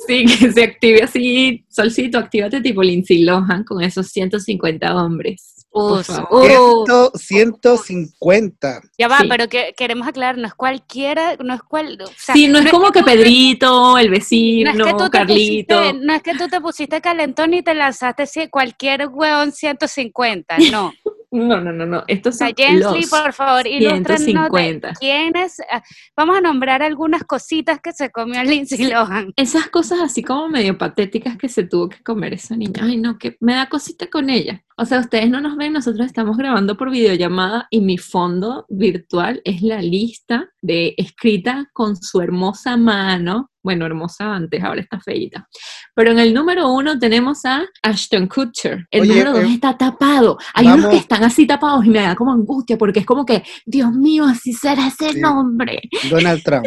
sí, que se active así, solcito, actívate tipo Lindsay Lohan con esos 150 hombres. Por Us, favor. us. Esto, 150. Ya va, Sí. pero que, queremos aclarar, no es cualquiera, no es cual. o sea, sí, no es como que tú- Pedrito, el no vecino, es que tú te Carlito. pusiste- no es que tú te pusiste calentón y te lanzaste si- cualquier hueón 150, no. No, no, no, no. Estos O sea, son Jensly, los por favor, ilústranos de 150. quiénes. ah, Vamos a nombrar algunas cositas que se comió Lindsay Lohan. Esas cosas así como medio patéticas que se tuvo que comer esa niña. Ay, no, que me da cosita con ella. O sea, ustedes no nos ven, nosotros estamos grabando por videollamada y mi fondo virtual es la lista de escrita con su hermosa mano. Bueno, hermosa antes, ahora está feita. Pero en el número uno tenemos a Ashton Kutcher. El Oye, número dos eh, está tapado. Hay unos vamos. que están así tapados y me da como angustia porque es como que, Dios mío, así será ese Sí. nombre. Donald Trump.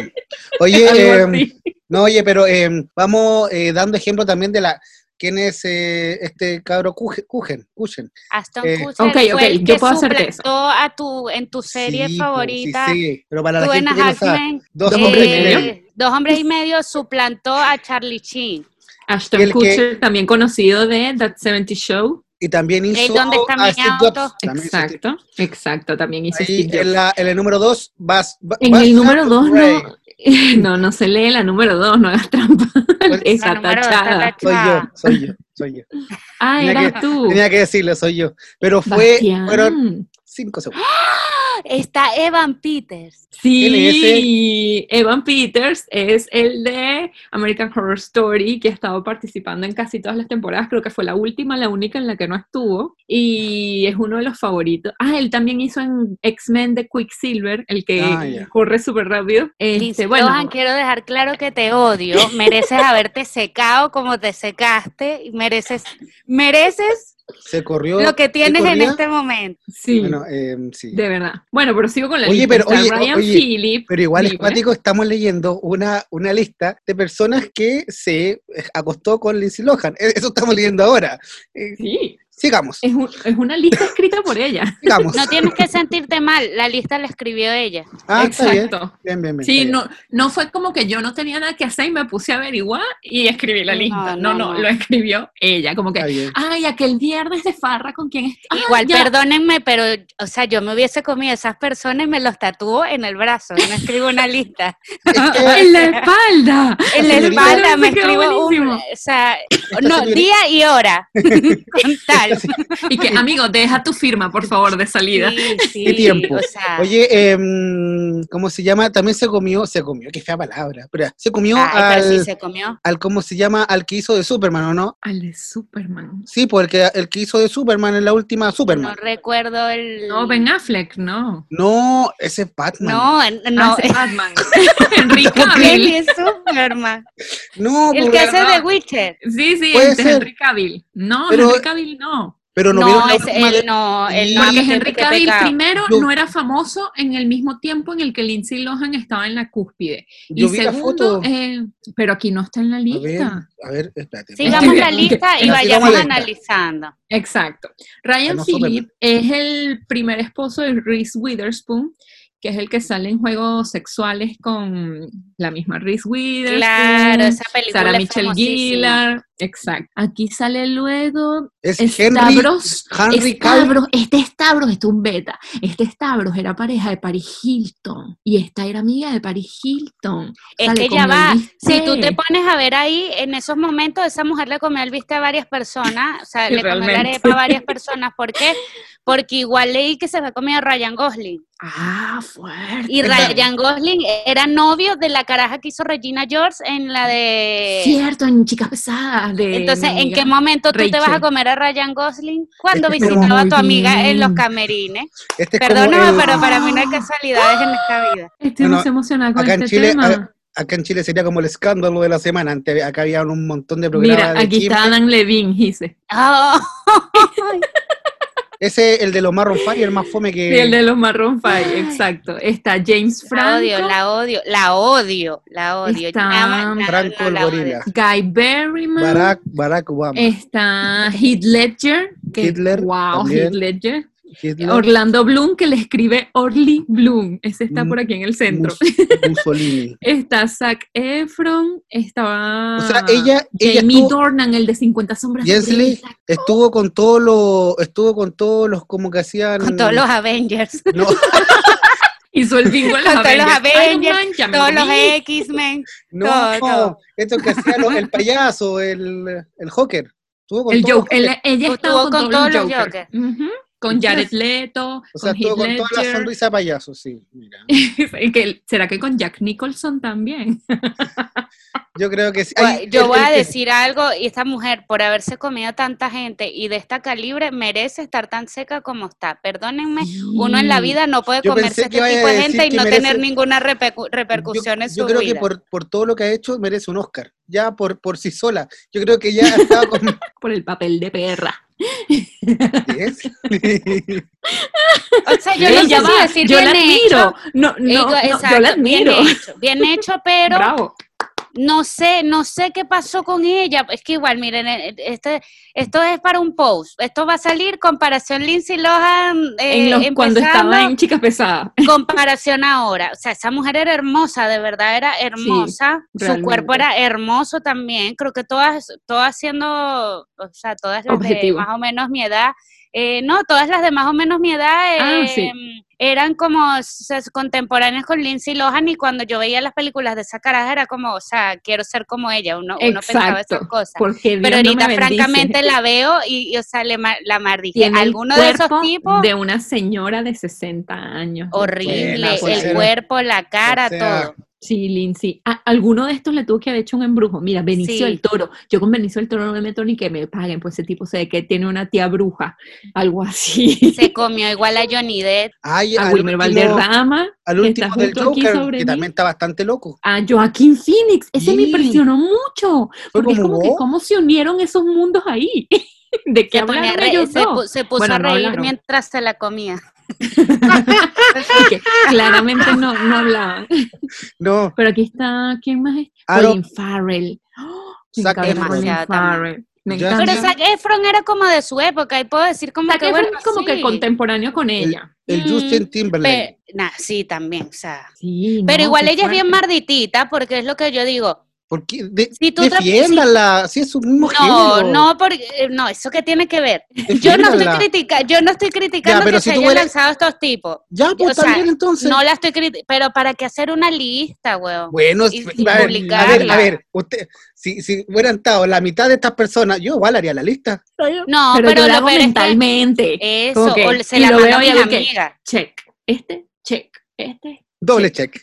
Oye, em, Algo así. no, oye, pero em, vamos eh, dando ejemplo también de la quién es eh, este cabro Kuchen, Kuchen, Kuchen. Aston Eh, Kutcher ok, fue ok, el yo que puedo hacerte eso. suplantó a tu, en tu serie Sí, po, favorita, Sí, sí, pero para la Two and gente a que no Half sabe, Men, dos eh, hombres y medio. Dos hombres y medio suplantó a Charlie Sheen. Ashton El que- Kutcher, también conocido de That 70 Show. Y también hizo ¿dónde está a mi Steve auto? Jobs. También hizo Steve- Exacto, exacto, también hizo Ahí Steve en, Jobs. la- en el número 2 vas, va- En vas el número Out 2 Ray. no, no, no se lee la número 2, no hagas trampa. Pues, La Está número dos está tachada. Soy yo, tachada. soy yo, soy yo. Ah, Tenía eras tú. Tenía que decirlo, soy yo. Pero fue, Bastián. fueron 5 segundos. Está Evan Peters. Sí, Evan Peters es el de American Horror Story, que ha estado participando en casi todas las temporadas, creo que fue la última, la única en la que no estuvo, y es uno de los favoritos. Ah, él también hizo en X-Men de Quicksilver, el que Ah, ya. corre súper rápido. Este, Lindsay bueno, Lohan, quiero dejar claro que te odio. Mereces haberte secado como te secaste. y Mereces, mereces Se corrió. lo que tienes en corría? este momento. sí, Bueno, eh, sí. de verdad. Bueno, pero sigo con la Oye, lista. pero- Está oye, Ryan oye, Phillippe, Pero igual, Dime. escuático, estamos leyendo una, una lista de personas que se eh, acostó con Lindsay Lohan. Eh, Eso estamos leyendo ahora. Eh, sí, sigamos, es, un- es una lista escrita por ella. sigamos. No tienes que sentirte mal. La lista la escribió ella. Ah, está bien. Exacto. Bien, bien, bien, Sí, está bien. no, no fue como que yo no tenía nada que hacer y me puse a averiguar y escribí la No, lista. No, no, no, no. lo escribió ella, como Está que, bien. ay, aquel viernes de farra con quién es. Ah, Igual, ya. perdónenme, pero, o sea, yo me hubiese comido esas personas y me los tatuó en el brazo. No escribo una lista. En la espalda. En la Señorita- espalda me Se quedó escribo un, buenísimo. o sea, no, señorita- día y hora. Con tal. Y que, amigo, deja tu firma, por favor, de salida. Sí, sí, ¿Qué tiempo? o sea, Oye, em, ¿cómo se llama? También se comió, se comió, qué fea palabra. Pero se comió ay, pero al, sí se comió. al, ¿cómo se llama? Al que hizo de Superman, ¿o no? Al de Superman. Sí, porque el que, el que hizo de Superman en la última No Superman. recuerdo el. No, Ben Affleck, no. No, ese es Batman. No, en- no, Ah, ese es Batman. Enrique él Cavill. es Superman. No, El pues, que hace no. de Witcher. Sí, sí, Puede este es ser. Henry Cavill. No, Pero- Henry Cavill no. pero no, No, vieron la es última él, de- no. él no, Porque qué- Henry qué Cavill pecado. primero Yo- no era famoso en el mismo tiempo en el que Lindsay Lohan estaba en la cúspide. Y Yo vi la segundo, foto. eh, pero aquí no está en la A ver, lista. a ver, espérate. Sigamos la Ok, lista y ok, vayamos sigamos la lista. analizando. Exacto. Ah, Ryan no, Phillippe es el primer esposo de Reese Witherspoon, que es el que sale en juegos sexuales con la misma Reese Witherspoon. Claro, esa película. Sarah es Michelle famosísima. Gillar, exacto. Aquí sale luego Es Henry, Stavros. Henry Cavill. Stavros, este Stavros, esto es un beta. Este Stavros era pareja de Paris Hilton y esta era amiga de Paris Hilton. Es Sale que con Este ya va, Elvis si tú te Presley. pones a ver ahí, en esos momentos esa mujer le comió el viste a varias personas, o sea, Sí, le comió la realmente. arepa a varias personas. ¿Por qué? Porque igual leí que se había comido a Ryan Gosling. Ah, fuerte. Y Ryan Gosling era novio de la caraja que hizo Regina George en la de... Cierto, en Chicas Pesadas. De Eh, Entonces, mi ¿en amiga. qué momento tú te vas a Rachel. comer a Ryan Gosling? Cuando Es que estamos visitaba a muy tu amiga en los bien. camerines. Este es como Perdóname, el- pero para mí no hay casualidades en esta vida. Estoy Bueno, muy emocionada con acá en este Chile, tema. a- Acá en Chile sería como el escándalo de la semana. Antes, acá había un montón de programas Mira, de aquí chisme. está Adam Levine, dice. Ah, Ese, el de los Marron Fire, el más fome que... Sí, el de los Marron Five, exacto. Está James la Franco, odio, la odio, la odio, la odio. Está Nada más- nada- Franco no, el la odio. gorila. Guy Berryman, Barack, Barack Obama. está Heath Ledger, que Hitler, wow, también. Heath Ledger. Hitler, Orlando Bloom, que le escribe Orly Bloom, ese está Mm, por aquí en el centro. Mus- Mussolini. Está Zac Efron, estaba O sea, ella, ella Jamie estuvo, Dornan, el de 50 sombras de Jensley, Grey, está- estuvo con todos los, estuvo con todos los como que hacían. Con todos Mm. los Avengers, No, hizo el bingo en los Con todos los Avengers, Iron Avengers, Man, ya me todos los morí. X-Men. no, Todo, todo. esto que hacía lo- el payaso, el, el Joker. Estuvo con El todos los Joker, él- ella Estuvo estaba con, con todos los todos los Joker. Ujú, Con Jared Leto, O sea, con estuvo con Heath toda la Ledger. sonrisa de payaso, sí. Mira. Que- ¿Será que con Jack Nicholson también? Yo creo que sí. Gua- Ay, Yo el- voy el a que- decir algo, y esta mujer, por haberse comido tanta gente y de esta calibre, merece estar tan seca como está. Perdónenme, uno Mm. en la vida no puede Yo comerse pensé este que iba a tipo de decir gente y que no merece- tener ninguna repercu- repercusión yo, en su yo creo vida. que por, por todo lo que ha hecho merece un Oscar, ya por, por sí sola. Yo creo que ya ha estado con... Por el papel de perra. ¿Qué es? O sea, yo Ey, no sé ya si va, decir yo bien la hecho. admiro. No, no, Digo, no, yo exacto, la admiro. Bien hecho, bien hecho, pero Bravo. no sé, no sé qué pasó con ella. Es que igual, miren, eh, este, esto es para un post. Esto va a salir comparación Lindsay Lohan eh, En los- cuando empezando, estaba en Chicas Pesadas. comparación ahora. O sea, esa mujer era hermosa, de verdad era hermosa. Su realmente. cuerpo era hermoso también. Creo que todas, todas siendo, o sea, todas las de Objetivo. más o menos mi edad eh, no, todas las de más o menos mi edad Ah, eh, sí. eran como o sea, contemporáneas con Lindsay Lohan y cuando yo veía las películas de esa caraja era como, o sea, quiero ser como ella, uno, uno pensaba Exacto. esas cosas. Porque Dios Pero no me ahorita bendice. francamente la veo y, y, o sea, le ma- la maldije. Tiene el Alguno de esos cuerpo tipos, de una señora de 60 años. Buena, horrible, pues, el era- cuerpo, la cara, o sea, todo. Sí, Lindsay. A- alguno de estos le tuvo que haber hecho un embrujo. Mira, Benicio Sí. del Toro. Yo con Benicio del Toro no me meto ni que me paguen, pues ese tipo se ve que tiene una tía bruja, algo así. Se comió igual a Johnny Depp. Ay, a al Wilmer último- Valderrama, al que último está del justo aquí Joker, sobre que mí. también está bastante loco. a Joaquín Phoenix. Ese me Sí. impresionó mucho. Fue Porque es como, como que "Oh". cómo se unieron esos mundos ahí. ¿De qué Se, ponía a hablaron re- ellos se dos? pu- se puso Bueno, a no reír hablaron. mientras se la comía. Y que claramente no, no hablaban. No, Pero aquí está, ¿quién más es? Aaron, Colin Farrell. ¡Oh! Me Zac encanta Efron. Colin Demasiado Farrell. Me Ya encanta. Pero Zac Efron era como de su época y puedo decir como Zac que Efron bueno, es como que sí. contemporáneo con ella. el Mm, Justin Timberlake. Pe- nah, sí, también, o sea. Sí, Pero no, igual qué ella es bien fuerte. marditita, porque es lo que yo digo. Porque de, Si tú tra- defiéndala, si es su mismo No, género. no, porque, eh, no, eso que tiene que ver. Yo no estoy, defiéndala. critica, yo no estoy criticando Ya, pero que si se tú hayan eres- lanzado estos tipos. Ya, o pues sea, también entonces. No la estoy criticando, pero ¿para qué hacer una lista, weón? Bueno, y- a y ver, a ver, publicarla. a ver, usted, si, si hubieran estado la mitad de estas personas, yo igual haría la lista. No, Pero, pero, yo lo lo peor es hago que- eh, mentalmente. Eso, Como que- o se y la lo mando veo a y mis hago que- amigas. Check. Este, check. Este. Doble check,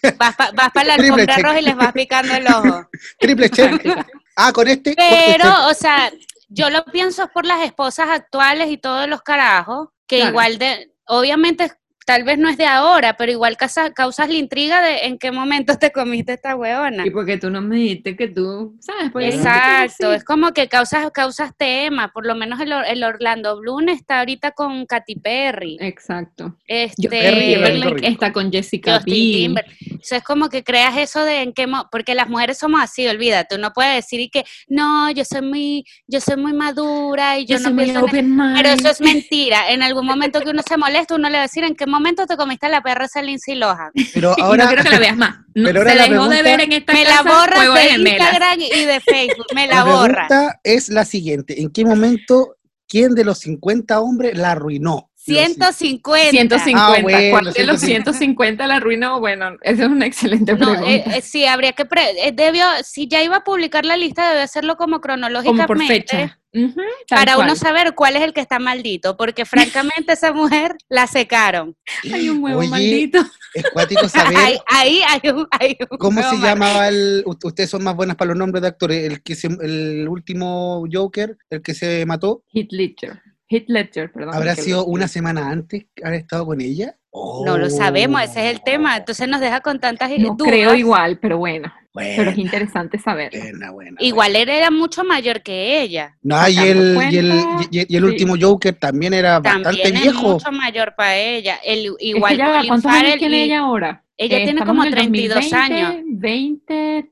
Vas para la Triple alfombra check. roja y les vas picando el ojo. triple check. Ah, con este. doble check. Pero, o sea, yo lo pienso por las esposas actuales y todos los carajos, que Claro. igual de, obviamente, tal vez no es de ahora, pero igual causa- causas la intriga de en qué momento te comiste esta huevona. Y porque tú no me dijiste que tú, ¿sabes? Porque yo no te quiero Exacto, así. es como que causas, causas tema, por lo menos el, Or- el Orlando Bloom está ahorita con Katy Perry, Exacto. este, Yo, Perry, Perry Timberlake. Timberlake está con Jessica Justin Biel. Timber. Eso es como que creas eso de en qué mo- porque las mujeres somos así, olvídate, uno puede decir y que no, yo soy muy, yo soy muy madura y yo, no muy pienso en open mind. pero eso es mentira. En algún momento que uno se molesta, uno le va a decir en qué momento te comiste la perra esa Lindsay Lohan. Pero Ahora, ahora, no quiero que la veas más. No, pero ahora se la dejó de pregunta- ver en esta Me la casa borras Juego de de Gemelas. Instagram y de Facebook. Me la la borras. pregunta es la siguiente: ¿en qué momento quién de los 50 hombres la arruinó? Los- 150. 150. Ah, bueno, ¿Cuál de 150? los 150 la arruinó? Bueno, esa es una excelente No, pregunta. eh, eh, sí, habría que. pre- eh, debió, si ya iba a publicar la lista, debió hacerlo como Como cronológicamente. por fecha. Ujú, tal eh, Para cual. uno saber cuál es el que está maldito, porque francamente esa mujer la secaron. Hay un huevo Oye, maldito. Es cuático Ahí, saber ahí hay un. hay un cómo huevo se mal. llamaba el. u- Ustedes son más buenas para los nombres de actores. El que se- el último Joker, el que se mató, Heath Ledger. Heath Ledger, perdón. ¿habrá que- sido una semana antes que haber estado con ella? Oh. No lo sabemos, ese es el tema. Entonces nos deja con tantas i- Oh. No dudas. Eh, creo igual, pero bueno. Pero Bueno, es interesante saberlo. buena, Oh, buena. Igual él era mucho mayor que ella. No, y sacando el, y el, cuenta, y- y- y el sí. último Joker también era bastante También es viejo. mucho mayor para ella. El, Es que igual ya va, Colin ¿Cuántos años Farrell tiene y- ella ahora? ella Eh, tiene estamos como en el 32 años. 20,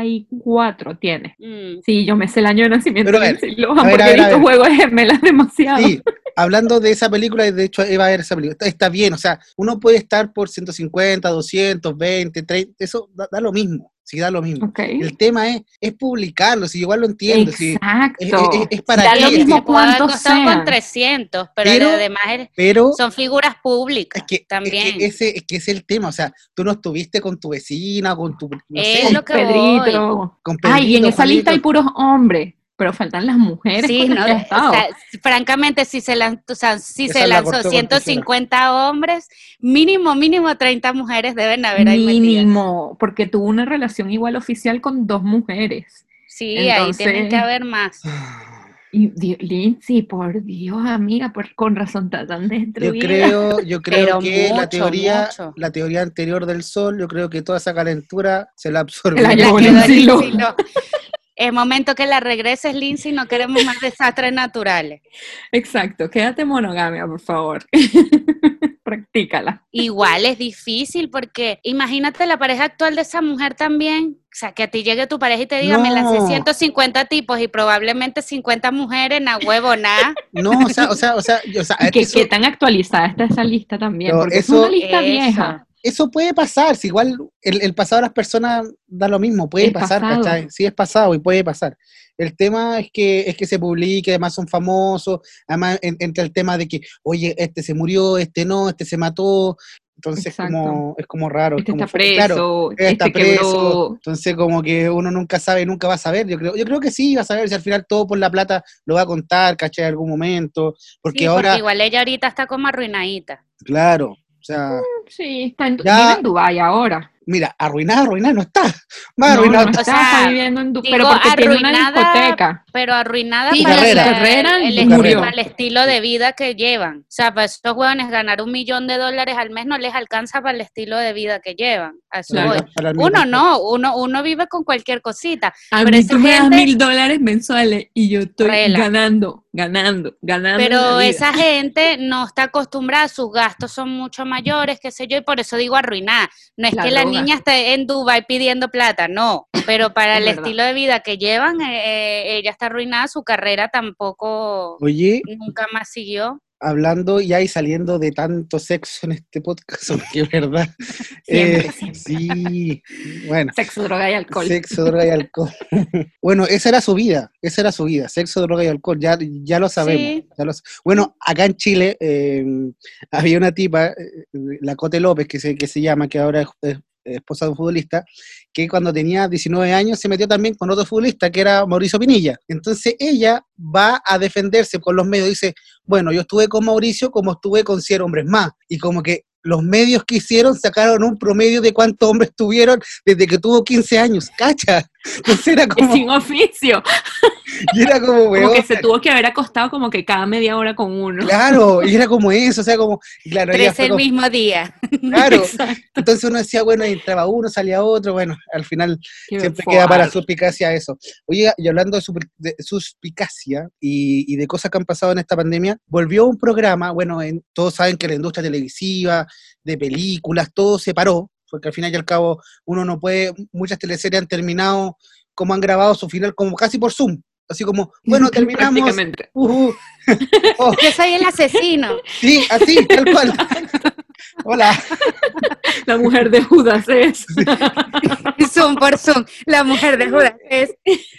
34 tiene. Mm. Sí, yo me sé el año de nacimiento Pero a de ver, Lindsay Lohan a ver, porque a ver, he a visto ver. Juego de Gemelas demasiado. Sí, hablando de esa película, y de hecho Eva era esa película, está, está bien, o sea, uno puede estar por 150, 200, 20, 30, eso da, da lo mismo, sí da lo mismo. Ok. El tema es, es publicarlo, si igual lo entiendo, si, es, Exacto. es- es para Da Sí, lo que ella, mismo se pudo haber cuántos costado sean. con 300, pero, Pero- además él- pero son figuras públicas es que, es también. que ese, es que ese es el tema, o sea, tú no estuviste con tu vecina, con tu, no Es sé, lo que voy. Pedrito. con Ay, y en Pedrito, esa lista hay Juanito. puros hombres, pero faltan las mujeres. Sí, con las no, que ha estado. o sea, francamente, si se, lan- o sea, si se Esa la lanzó cortó con tijera. 150 hombres, mínimo, mínimo 30 mujeres deben haber ahí metidas. Mínimo, porque tuvo una relación igual oficial con dos mujeres. Sí, Entonces- ahí tienen que haber más. Y Di- Lindsay, por Dios, amiga, por, con razón está tan Yo destruida. creo, yo creo Pero que la mucho, teoría, mucho. la teoría anterior del sol, yo creo que toda esa calentura se la absorbió. La La llevó quedó Lindsay Lindsay Lohan. Lohan. Es momento que la regreses, Lindsay, no queremos más desastres naturales. Exacto, quédate monogamia, por favor. Practícala. Igual es difícil porque imagínate la pareja actual de esa mujer también. O sea, que a ti llegue tu pareja y te diga, me lancé No. 150 tipos y probablemente 50 mujeres, na huevo, na. No, o sea, este o sea, o sea, yo- o sea, Y que, eso- que tan actualizada está esa lista también, No, porque es eso- una lista Eso. vieja. Eso puede pasar, si igual el, el pasado de las personas da lo mismo, puede Es pasar, pasado. ¿cachai? Sí, es pasado y puede pasar. El tema es que, es que se publique, además son famosos, además en- entra el tema de que, oye, este se murió, este no, este se mató, entonces es Exacto. como, es como raro. es Este como está fu- claro, preso, este está este quebró. preso. Entonces, como que uno nunca sabe, nunca va a saber. Yo creo, yo creo que sí va a saber si al final todo por la plata lo va a contar, ¿cachai? En algún momento. Porque Sí, ahora, porque igual ella ahorita está como arruinadita. claro, o sea, Sí, está en, Ya. vive en Dubái ahora. mira, arruinada, arruinada no está. Más No, no arruinada está, O sea, está viviendo en Dubái, pero digo, porque tiene una arruinada, discoteca. Pero arruinada Sí, para carrera. la- Carrera y el, murió. para el estilo de vida que llevan. O sea, para esos hueones ganar un millón de dólares al mes no les alcanza para el estilo de vida que llevan. A eso Claro. voy. Para- para el Uno mismo. no, uno, uno vive con cualquier cosita. A Pero mí esa tú me das gente- mil dólares mensuales y yo estoy Rela. ganando, ganando, ganando. en la Pero vida. esa gente no está acostumbrada, sus gastos son mucho mayores, qué sé yo, y por eso digo arruinada. No es La que la droga. niña esté en Dubai pidiendo plata, no. Pero para Es el verdad. estilo de vida que llevan, eh, eh, ella está arruinada, su carrera tampoco Oye, nunca más siguió. hablando ya y saliendo de tanto sexo en este podcast, porque es verdad. Siempre, Eh, sí, bueno. Sexo, droga y alcohol. Sexo, droga y alcohol. bueno, esa era su vida, esa era su vida, sexo, droga y alcohol, ya, ya lo sabemos. Sí. ya lo sa- bueno, acá en Chile eh, había una tipa, eh, la Cote López, que se, que se llama, que ahora es, es esposa de un futbolista, que cuando tenía 19 años se metió también con otro futbolista, que era Mauricio Pinilla. Entonces ella va a defenderse con los medios, dice, bueno, yo estuve con Mauricio como estuve con 100 hombres más, y como que... Los medios que hicieron sacaron un promedio de cuántos hombres tuvieron desde que tuvo 15 años, cacha. Entonces era Es como, sin oficio. y era como, Como weón, que se tuvo que haber acostado como que cada media hora con uno. Claro, y era como eso, o sea, como, claro, ella Tres fue el como- mismo día. claro. Entonces uno decía, bueno, entraba uno, salía otro, bueno, al final Qué siempre fuerte. queda para suspicacia eso. Oye, y hablando de, super- de suspicacia y, y de cosas que han pasado en esta pandemia, volvió un programa, bueno, en- todos saben que la industria televisiva, de películas, todo se paró, porque al final y al cabo uno no puede, muchas teleseries han terminado como han grabado su final, como casi por Zoom. Así como, bueno, terminamos. Prácticamente. ujú, oh, Yo soy el asesino. sí, así, tal cual. Hola. La mujer de Judas es. Zoom por Zoom. La mujer de Judas. Es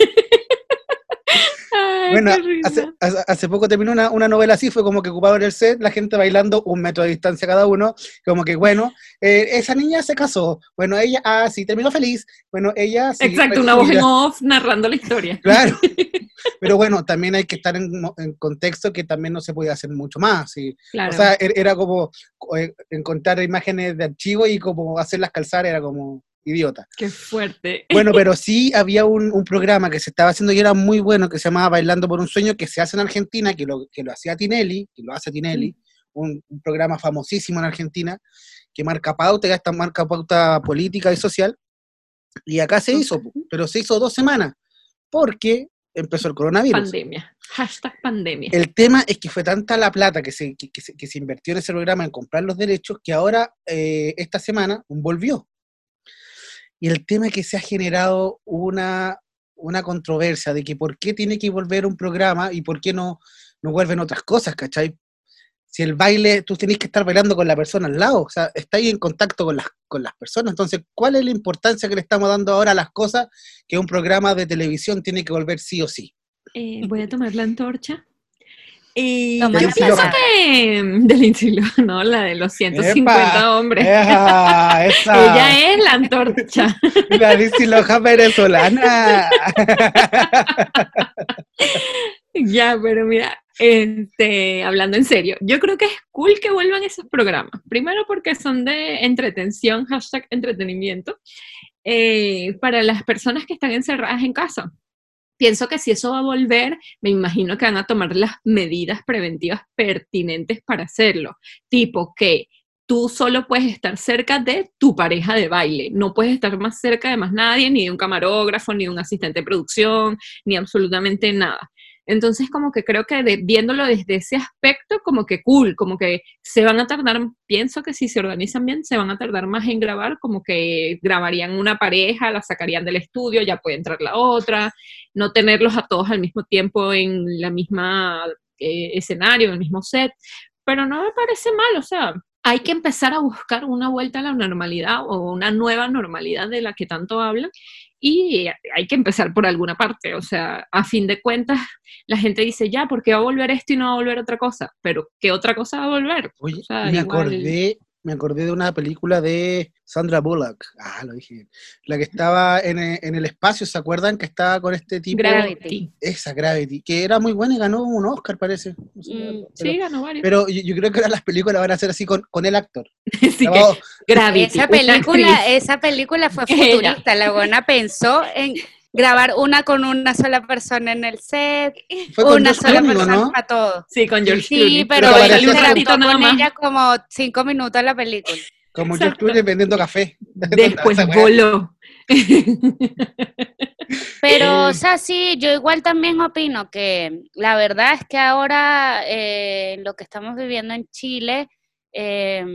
Ay, Bueno, qué risa. hace, hace- hace poco terminó una, una novela así, fue como que ocupaban el set, la gente bailando un metro de distancia cada uno, como que bueno, eh, esa niña se casó, bueno, ella, ah, sí, terminó feliz, bueno, ella... sí, Exacto, fue una voz en suya. off narrando la historia. Claro, pero bueno, también hay que estar en, mo- en contexto que también no se podía hacer mucho más, sí. Claro. o sea, er- era como eh, encontrar imágenes de archivo y como hacerlas calzar, era como idiota. qué fuerte. Bueno, pero sí había un, un programa que se estaba haciendo y era muy bueno, que se llamaba Bailando por un Sueño, que se hace en Argentina, que lo, que lo hacía Tinelli, que lo hace Tinelli, un, un programa famosísimo en Argentina, que marca pauta, que hasta marca pauta política y social. Y acá se hizo, po, pero se hizo dos semanas, porque empezó el coronavirus. Pandemia. Hashtag pandemia. El tema es que fue tanta la plata que se, que, que se, que se invirtió en ese programa en comprar los derechos que ahora, eh, esta semana, volvió. Y el tema es que se ha generado una, una controversia de que por qué tiene que volver un programa y por qué no, no vuelven otras cosas, ¿cachai? Si el baile, tú tenés que estar bailando con la persona al lado, o sea, estáis en contacto con las, con las personas. Entonces, ¿cuál es la importancia que le estamos dando ahora a las cosas que un programa de televisión tiene que volver sí o sí? Eh, voy a tomar la antorcha. Eh, Toma yo la pienso pasada. que de Lindsay Lohan, no, la de los 150 Epa. hombres. ¡Ea! ¡Esa! Ella es la antorcha. La Lindsay Lohan venezolana. ya, pero mira, este, hablando en serio, yo creo que es cool que vuelvan esos programas. Primero porque son de entretención, hashtag entretenimiento, eh, para las personas que están encerradas en casa. Pienso que si eso va a volver, me imagino que van a tomar las medidas preventivas pertinentes para hacerlo. Tipo que tú solo puedes estar cerca de tu pareja de baile, no puedes estar más cerca de más nadie, ni de un camarógrafo, ni de un asistente de producción, ni absolutamente nada. Entonces, como que creo que de- viéndolo desde ese aspecto, como que cool, como que se van a tardar, pienso que si se organizan bien, se van a tardar más en grabar, como que grabarían una pareja, la sacarían del estudio, ya puede entrar la otra, no tenerlos a todos al mismo tiempo en la misma eh, escenario, en el mismo set, pero no me parece mal, o sea, hay que empezar a buscar una vuelta a la normalidad o una nueva normalidad de la que tanto hablan y hay que empezar por alguna parte. O sea, a fin de cuentas, la gente dice, ya, ¿por qué va a volver esto y no va a volver otra cosa? Pero ¿qué otra cosa va a volver? Oye, O sea, me igual- acordé, me acordé de una película de Sandra Bullock. Ah, lo dije bien. La que estaba en, e- en el espacio, ¿se acuerdan? Que estaba con este tipo. Gravity. Esa Gravity, que era muy buena y ganó un Oscar, parece. No sé, Mm, pero Sí, ganó varios. pero yo, yo creo que ahora las películas van a ser así con, con el actor. Así que, Grabado. Gravity, Esa una película, actriz. esa película fue Era. futurista. La buena pensó en grabar una con una sola persona en el set, Fue con una George sola Clooney, ¿o persona ¿no? para todo. Sí, con George Sí, Clooney. pero, él Pero apareció se un gastó ratito nada con más. ella como cinco minutos la película. Como George Exacto. Clooney vendiendo café. Después Esa wea. voló. Pero, o Eh. sea, sí, yo igual también opino que la verdad es que ahora eh, lo que estamos viviendo en Chile eh,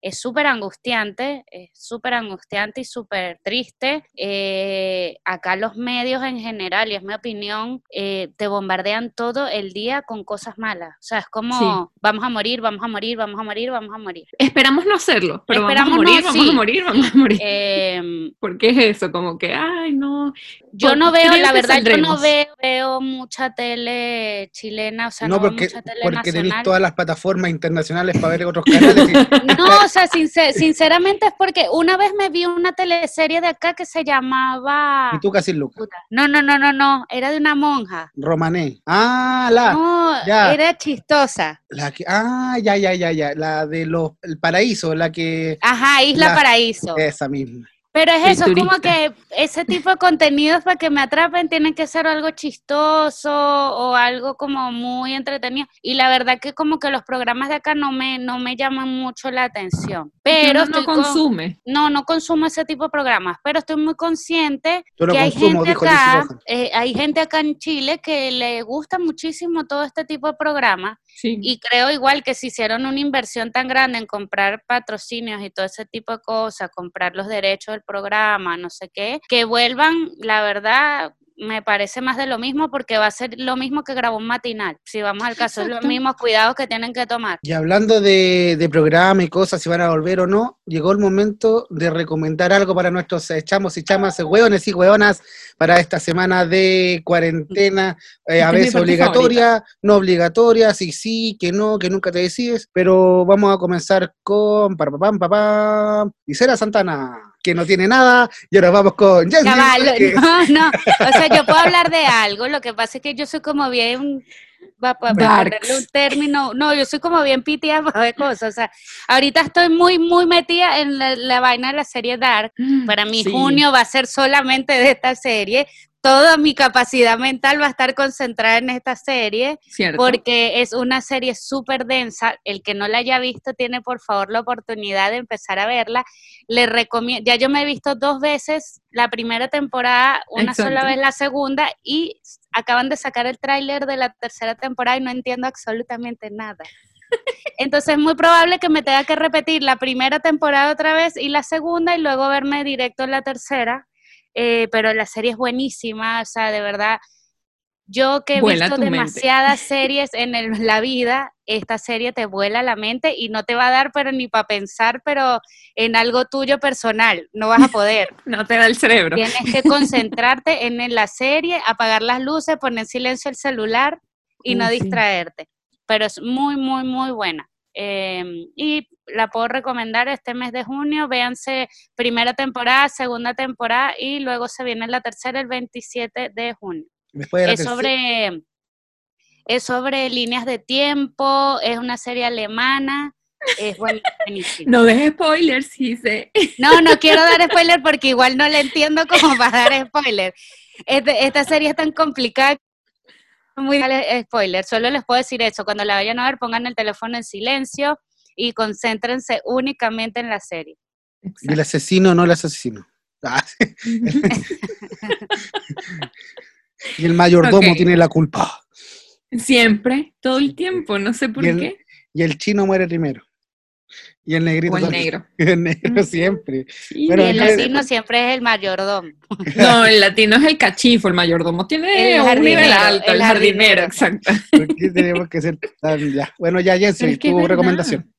es súper angustiante, es súper angustiante y súper triste. Eh, acá los medios en general, y es mi opinión, eh, te bombardean todo el día con cosas malas. O sea, es como, Sí. vamos a morir, vamos a morir, vamos a morir, vamos a morir. Esperamos no hacerlo, pero vamos a Esperamos morir, no, vamos sí. Eh, a morir, vamos a morir. Em, ¿Por qué es eso? Como que, ay, no. Yo Porque no veo, creo la que verdad, yo no saldremos. veo, veo mucha tele chilena, o sea, no, No, veo porque, mucha tele porque tenéis nacional. todas las plataformas internacionales para ver otros canales. y- No, o sea, sincer- sinceramente es porque una vez me vi una teleserie de acá que se llamaba... Y tú casi Lucas. Puta, No, no, no, no, no, era de una monja. Romané. Ah, la, No, ya. era chistosa. la que, ah, ya, ya, ya, ya. La de los el paraíso, la que Ajá, Isla La- Paraíso. esa misma. Pero es El eso, es como turista. que ese tipo de contenidos para que me atrapen tienen que ser algo chistoso o algo como muy entretenido. Y la verdad que como que los programas de acá no me, no me llaman mucho la atención. Pero Pero estoy no con- consume. no, no consumo ese tipo de programas, pero estoy muy consciente Yo no que hay consumo, gente dijo Lindsay acá, Lohan. eh, hay gente acá en Chile que le gusta muchísimo todo este tipo de programas Sí. y creo igual que si hicieron una inversión tan grande en comprar patrocinios y todo ese tipo de cosas, comprar los derechos del programa, no sé qué, que vuelvan, la verdad, me parece más de lo mismo porque va a ser lo mismo que grabó un matinal. Si vamos al caso, es los Exacto. mismos cuidados que tienen que tomar. Y hablando de, de programa y cosas, si van a volver o no, llegó el momento de recomendar algo para nuestros eh, chamos y chamas, eh, hueones y hueonas, para esta semana de cuarentena, eh, Esta a es mi veces parte obligatoria, no obligatoria, si sí, que no, que nunca te decides, pero vamos a comenzar con papam, papam, Isera Santana, que no tiene nada, y ahora vamos con Jensi Caballo, Enríquez. no, no. O sea, yo puedo hablar de algo, lo que pasa es que yo soy como bien. Va pa- para Darks. ponerle un término, no, yo soy como bien pitiada para de cosas. O sea, ahorita estoy muy, muy metida en la, la vaina de la serie Dark. Mm, Para mí, Sí. junio va a ser solamente de esta serie. Toda mi capacidad mental va a estar concentrada en esta serie Cierto. porque es una serie súper densa. El que no la haya visto tiene por favor la oportunidad de empezar a verla. Le recomiendo, ya yo me he visto dos veces la primera temporada, una sola Exacto. vez la segunda y s- acaban de sacar el tráiler de la tercera temporada y no entiendo absolutamente nada. Entonces es muy probable que me tenga que repetir la primera temporada otra vez y la segunda y luego verme directo en la tercera. Eh, pero la serie es buenísima, o sea, de verdad, yo que he Vuela visto tu mente. demasiadas series en el- la vida, esta serie te vuela la mente y no te va a dar, pero ni para pensar, pero en algo tuyo personal, no vas a poder. No te da el cerebro. Tienes que concentrarte en en la serie, apagar las luces, poner en silencio el celular y no Uy, sí. distraerte. Pero es muy, muy, muy buena. Eh, y la puedo recomendar este mes de junio. Véanse primera temporada, segunda temporada y luego se viene la tercera el 27 de junio. Después de la Es tercera- sobre, es sobre líneas de tiempo, es una serie alemana. Es buen- buenísima. No des spoilers, dice. No, no quiero dar spoiler porque igual no la entiendo como para dar spoiler. Este- esta serie es tan complicada que muy dale spoiler. Solo les puedo decir eso. Cuando la vayan a ver, pongan el teléfono en silencio y concéntrense únicamente en la serie. ¿Y el asesino o no el asesino? Ah, y el mayordomo Ok. tiene la culpa. Siempre, todo el tiempo, no sé por Y el- qué. Y el chino muere primero. Y el negrito O el también. negro. el negro siempre. Sí, Bueno, y el no es- latino siempre es el mayordomo. No, el latino es el cachifo, el mayordomo tiene El un nivel jardinero, alto, el el, jardinero. jardinero, exacto. ¿Por qué tenemos que ser tan ya? Bueno, ya, Pero Jensi, es que es tu verdad. recomendación.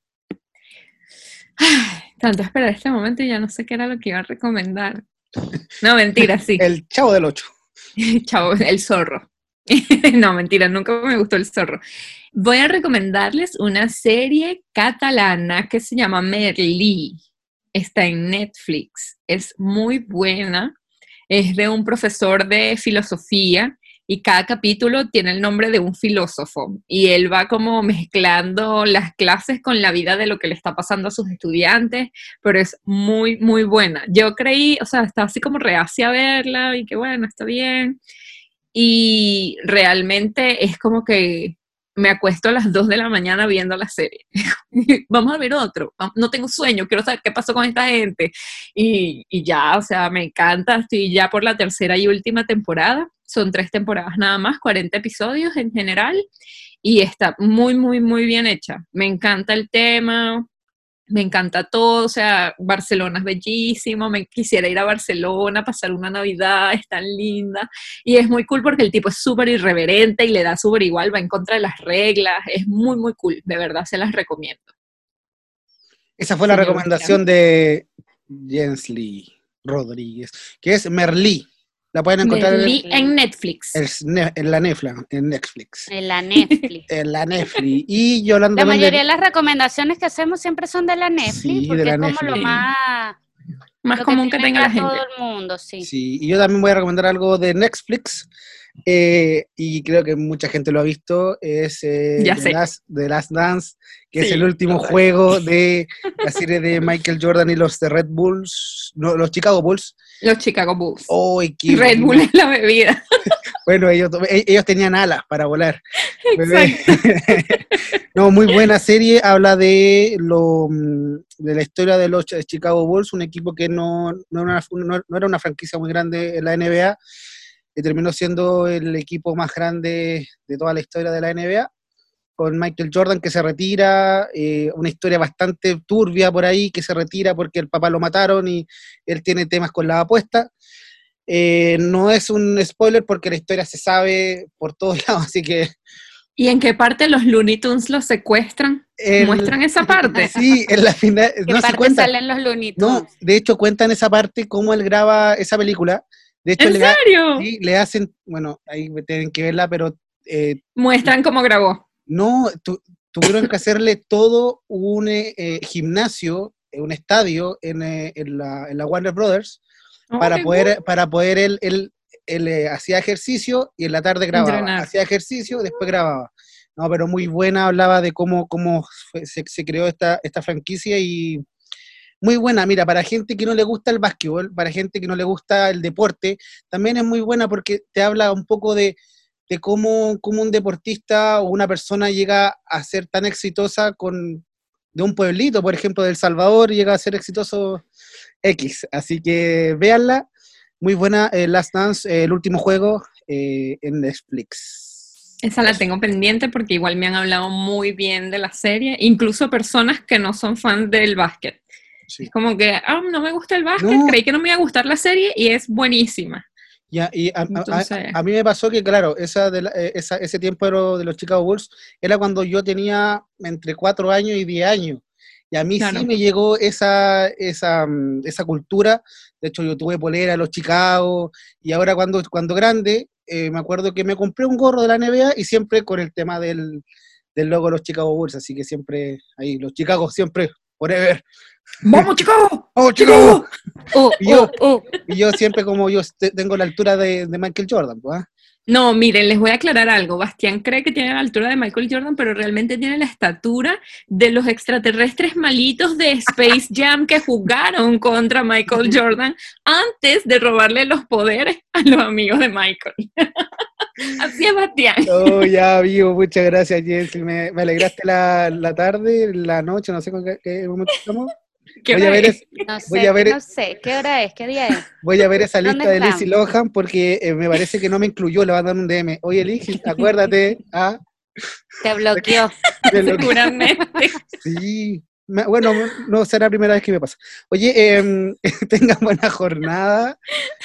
Tanto esperar este momento y ya no sé qué era lo que iba a recomendar. No, mentira, sí. El chavo del 8. Chavo, el zorro. no, mentira, nunca me gustó el zorro. Voy a recomendarles una serie catalana que se llama Merlí. Está en Netflix. Es muy buena. Es de un profesor de filosofía y cada capítulo tiene el nombre de un filósofo y él va como mezclando las clases con la vida de lo que le está pasando a sus estudiantes, pero es muy, muy buena. Yo creí, o sea, estaba así como reacia a verla y que bueno, está bien. Y realmente es como que me acuesto a las 2 de la mañana viendo la serie. Vamos a ver otro. No tengo sueño, quiero saber qué pasó con esta gente. Y, y ya, o sea, me encanta. Estoy ya por la tercera y última temporada son tres temporadas nada más, 40 episodios en general, y está muy, muy, muy bien hecha. Me encanta el tema, me encanta todo, o sea, Barcelona es bellísimo, me quisiera ir a Barcelona, pasar una Navidad, es tan linda, y es muy cool porque el tipo es súper irreverente y le da súper igual, va en contra de las reglas, es muy, muy cool, de verdad se las recomiendo. Esa fue la Señor recomendación de Jensly Rodríguez, que es Merlí. La pueden encontrar en, Merlí en Netflix. el- en la Nefla, en Netflix. En la Netflix. En la Netflix. Y Yolanda La mayoría de Méndez. las recomendaciones que hacemos siempre son de la Netflix, Sí, de porque la es como Netflix. lo más, Más lo común que, tiene tenga la acá gente. todo el mundo, sí. Sí, y yo también voy a recomendar algo de Netflix. eh, y creo que mucha gente lo ha visto. Es eh, Ya The, sé. Last, The Last Dance, que es Sí, el último total. juego de la serie de Michael Jordan y los de Red Bulls, no, los Chicago Bulls. Oh, Los Chicago Bulls. ¡Ay, qué Red buena! Bull es la bebida. Bueno, ellos, e- ellos tenían alas para volar. Bebé. no, muy buena serie. Habla de lo mm, de la historia de los Ch- Chicago Bulls, un equipo que no, no, era, una, no era una franquicia muy grande en la NBA, que terminó siendo el equipo más grande de toda la historia de la NBA, con Michael Jordan que se retira, eh, una historia bastante turbia por ahí, que se retira porque el papá lo mataron y él tiene temas con la apuesta. Eh, no es un spoiler porque la historia se sabe por todos lados, así que... ¿Y en qué parte los Looney Tunes los secuestran? el- Muestran esa parte. Sí, en la final... ¿Qué No se parte cuenta. salen los lunitos? No, de hecho cuentan esa parte, cómo él graba esa película. De hecho, ¿En le, da- serio? sí, le hacen... Bueno, ahí tienen que verla, pero eh, Muestran cómo grabó. No, tu- tuvieron que hacerle todo un eh, eh, gimnasio, eh, un estadio en, eh, en la, en la Warner Brothers para Oh, poder, para poder él, él, él, eh, hacía ejercicio y en la tarde grababa. Entrenar. Hacía ejercicio, después grababa. No, pero muy buena, hablaba de cómo, cómo fue- se, se creó esta, esta franquicia y muy buena. Mira, para gente que no le gusta el básquetbol, para gente que no le gusta el deporte, también es muy buena porque te habla un poco de, de cómo, cómo un deportista o una persona llega a ser tan exitosa con de un pueblito, por ejemplo, de El Salvador, llega a ser exitoso X. Así que véanla. Muy buena eh, Last Dance, eh, el último juego eh, en Netflix. Esa la tengo pendiente porque igual me han hablado muy bien de la serie, incluso personas que no son fan del básquet. Sí. Es como que, ah, no me gusta el básquet, No. creí que no me iba a gustar la serie y es buenísima. Ya, y a, a- a- Entonces- a mí me pasó que, claro, esa de la- eh, esa- ese tiempo de, lo- de los Chicago Bulls era cuando yo tenía entre 4 años y 10 años. Y a mí Claro. sí me llegó esa, esa, mm, esa cultura. De hecho, yo tuve polera de los Chicago. Y ahora cuando, cuando grande, eh, me acuerdo que me compré un gorro de la NBA y siempre con el tema del, del logo de los Chicago Bulls. Así que siempre ahí, los Chicago siempre, forever. ¡Vamos, chicos! ¡Oh, Chicago! Uh, Y yo- uh, uh. Y yo siempre como yo te- tengo la altura de, de Michael Jordan, pues, ¿ah? No, miren, les voy a aclarar algo. Bastián cree que tiene la altura de Michael Jordan, pero realmente tiene la estatura de los extraterrestres malitos de Space Jam que jugaron contra Michael Jordan antes de robarle los poderes a los amigos de Michael. Así es, Bastián. Oh, ya vivo, muchas gracias, Jensi. Me, me alegraste la, la tarde, la noche, no sé con qué, qué momento estamos. ¿Qué Voy a hora ver es? es- No sé, Voy a ver- no sé, ¿qué hora es? ¿Qué día es? Voy a ver esa ¿Dónde lista de Lizzy estamos? Lohan porque eh, me parece que no me incluyó, le van a dar un DM. Oye, Lizzy, acuérdate. Ah, Te bloqueó. de lo que- Seguramente. sí. Me- Bueno, no será la primera vez que me pasa. Oye, em, tengan buena jornada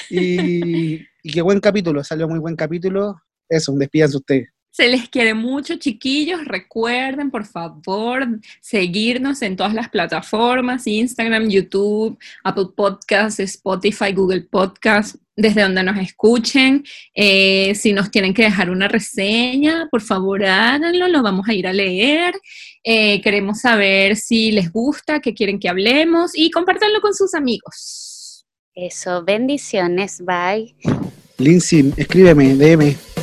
y, y qué buen capítulo, salió muy buen capítulo. Eso, despídanse ustedes. Se les quiere mucho, chiquillos. Recuerden, por favor, seguirnos en todas las plataformas, Instagram, YouTube, Apple Podcasts, Spotify, Google Podcasts, desde donde nos escuchen. Eh, si nos tienen que dejar una reseña, por favor háganlo, lo vamos a ir a leer. Eh, queremos saber si les gusta, qué quieren que hablemos y compártanlo con sus amigos. Eso, bendiciones, bye. Lindsay, escríbeme, DM.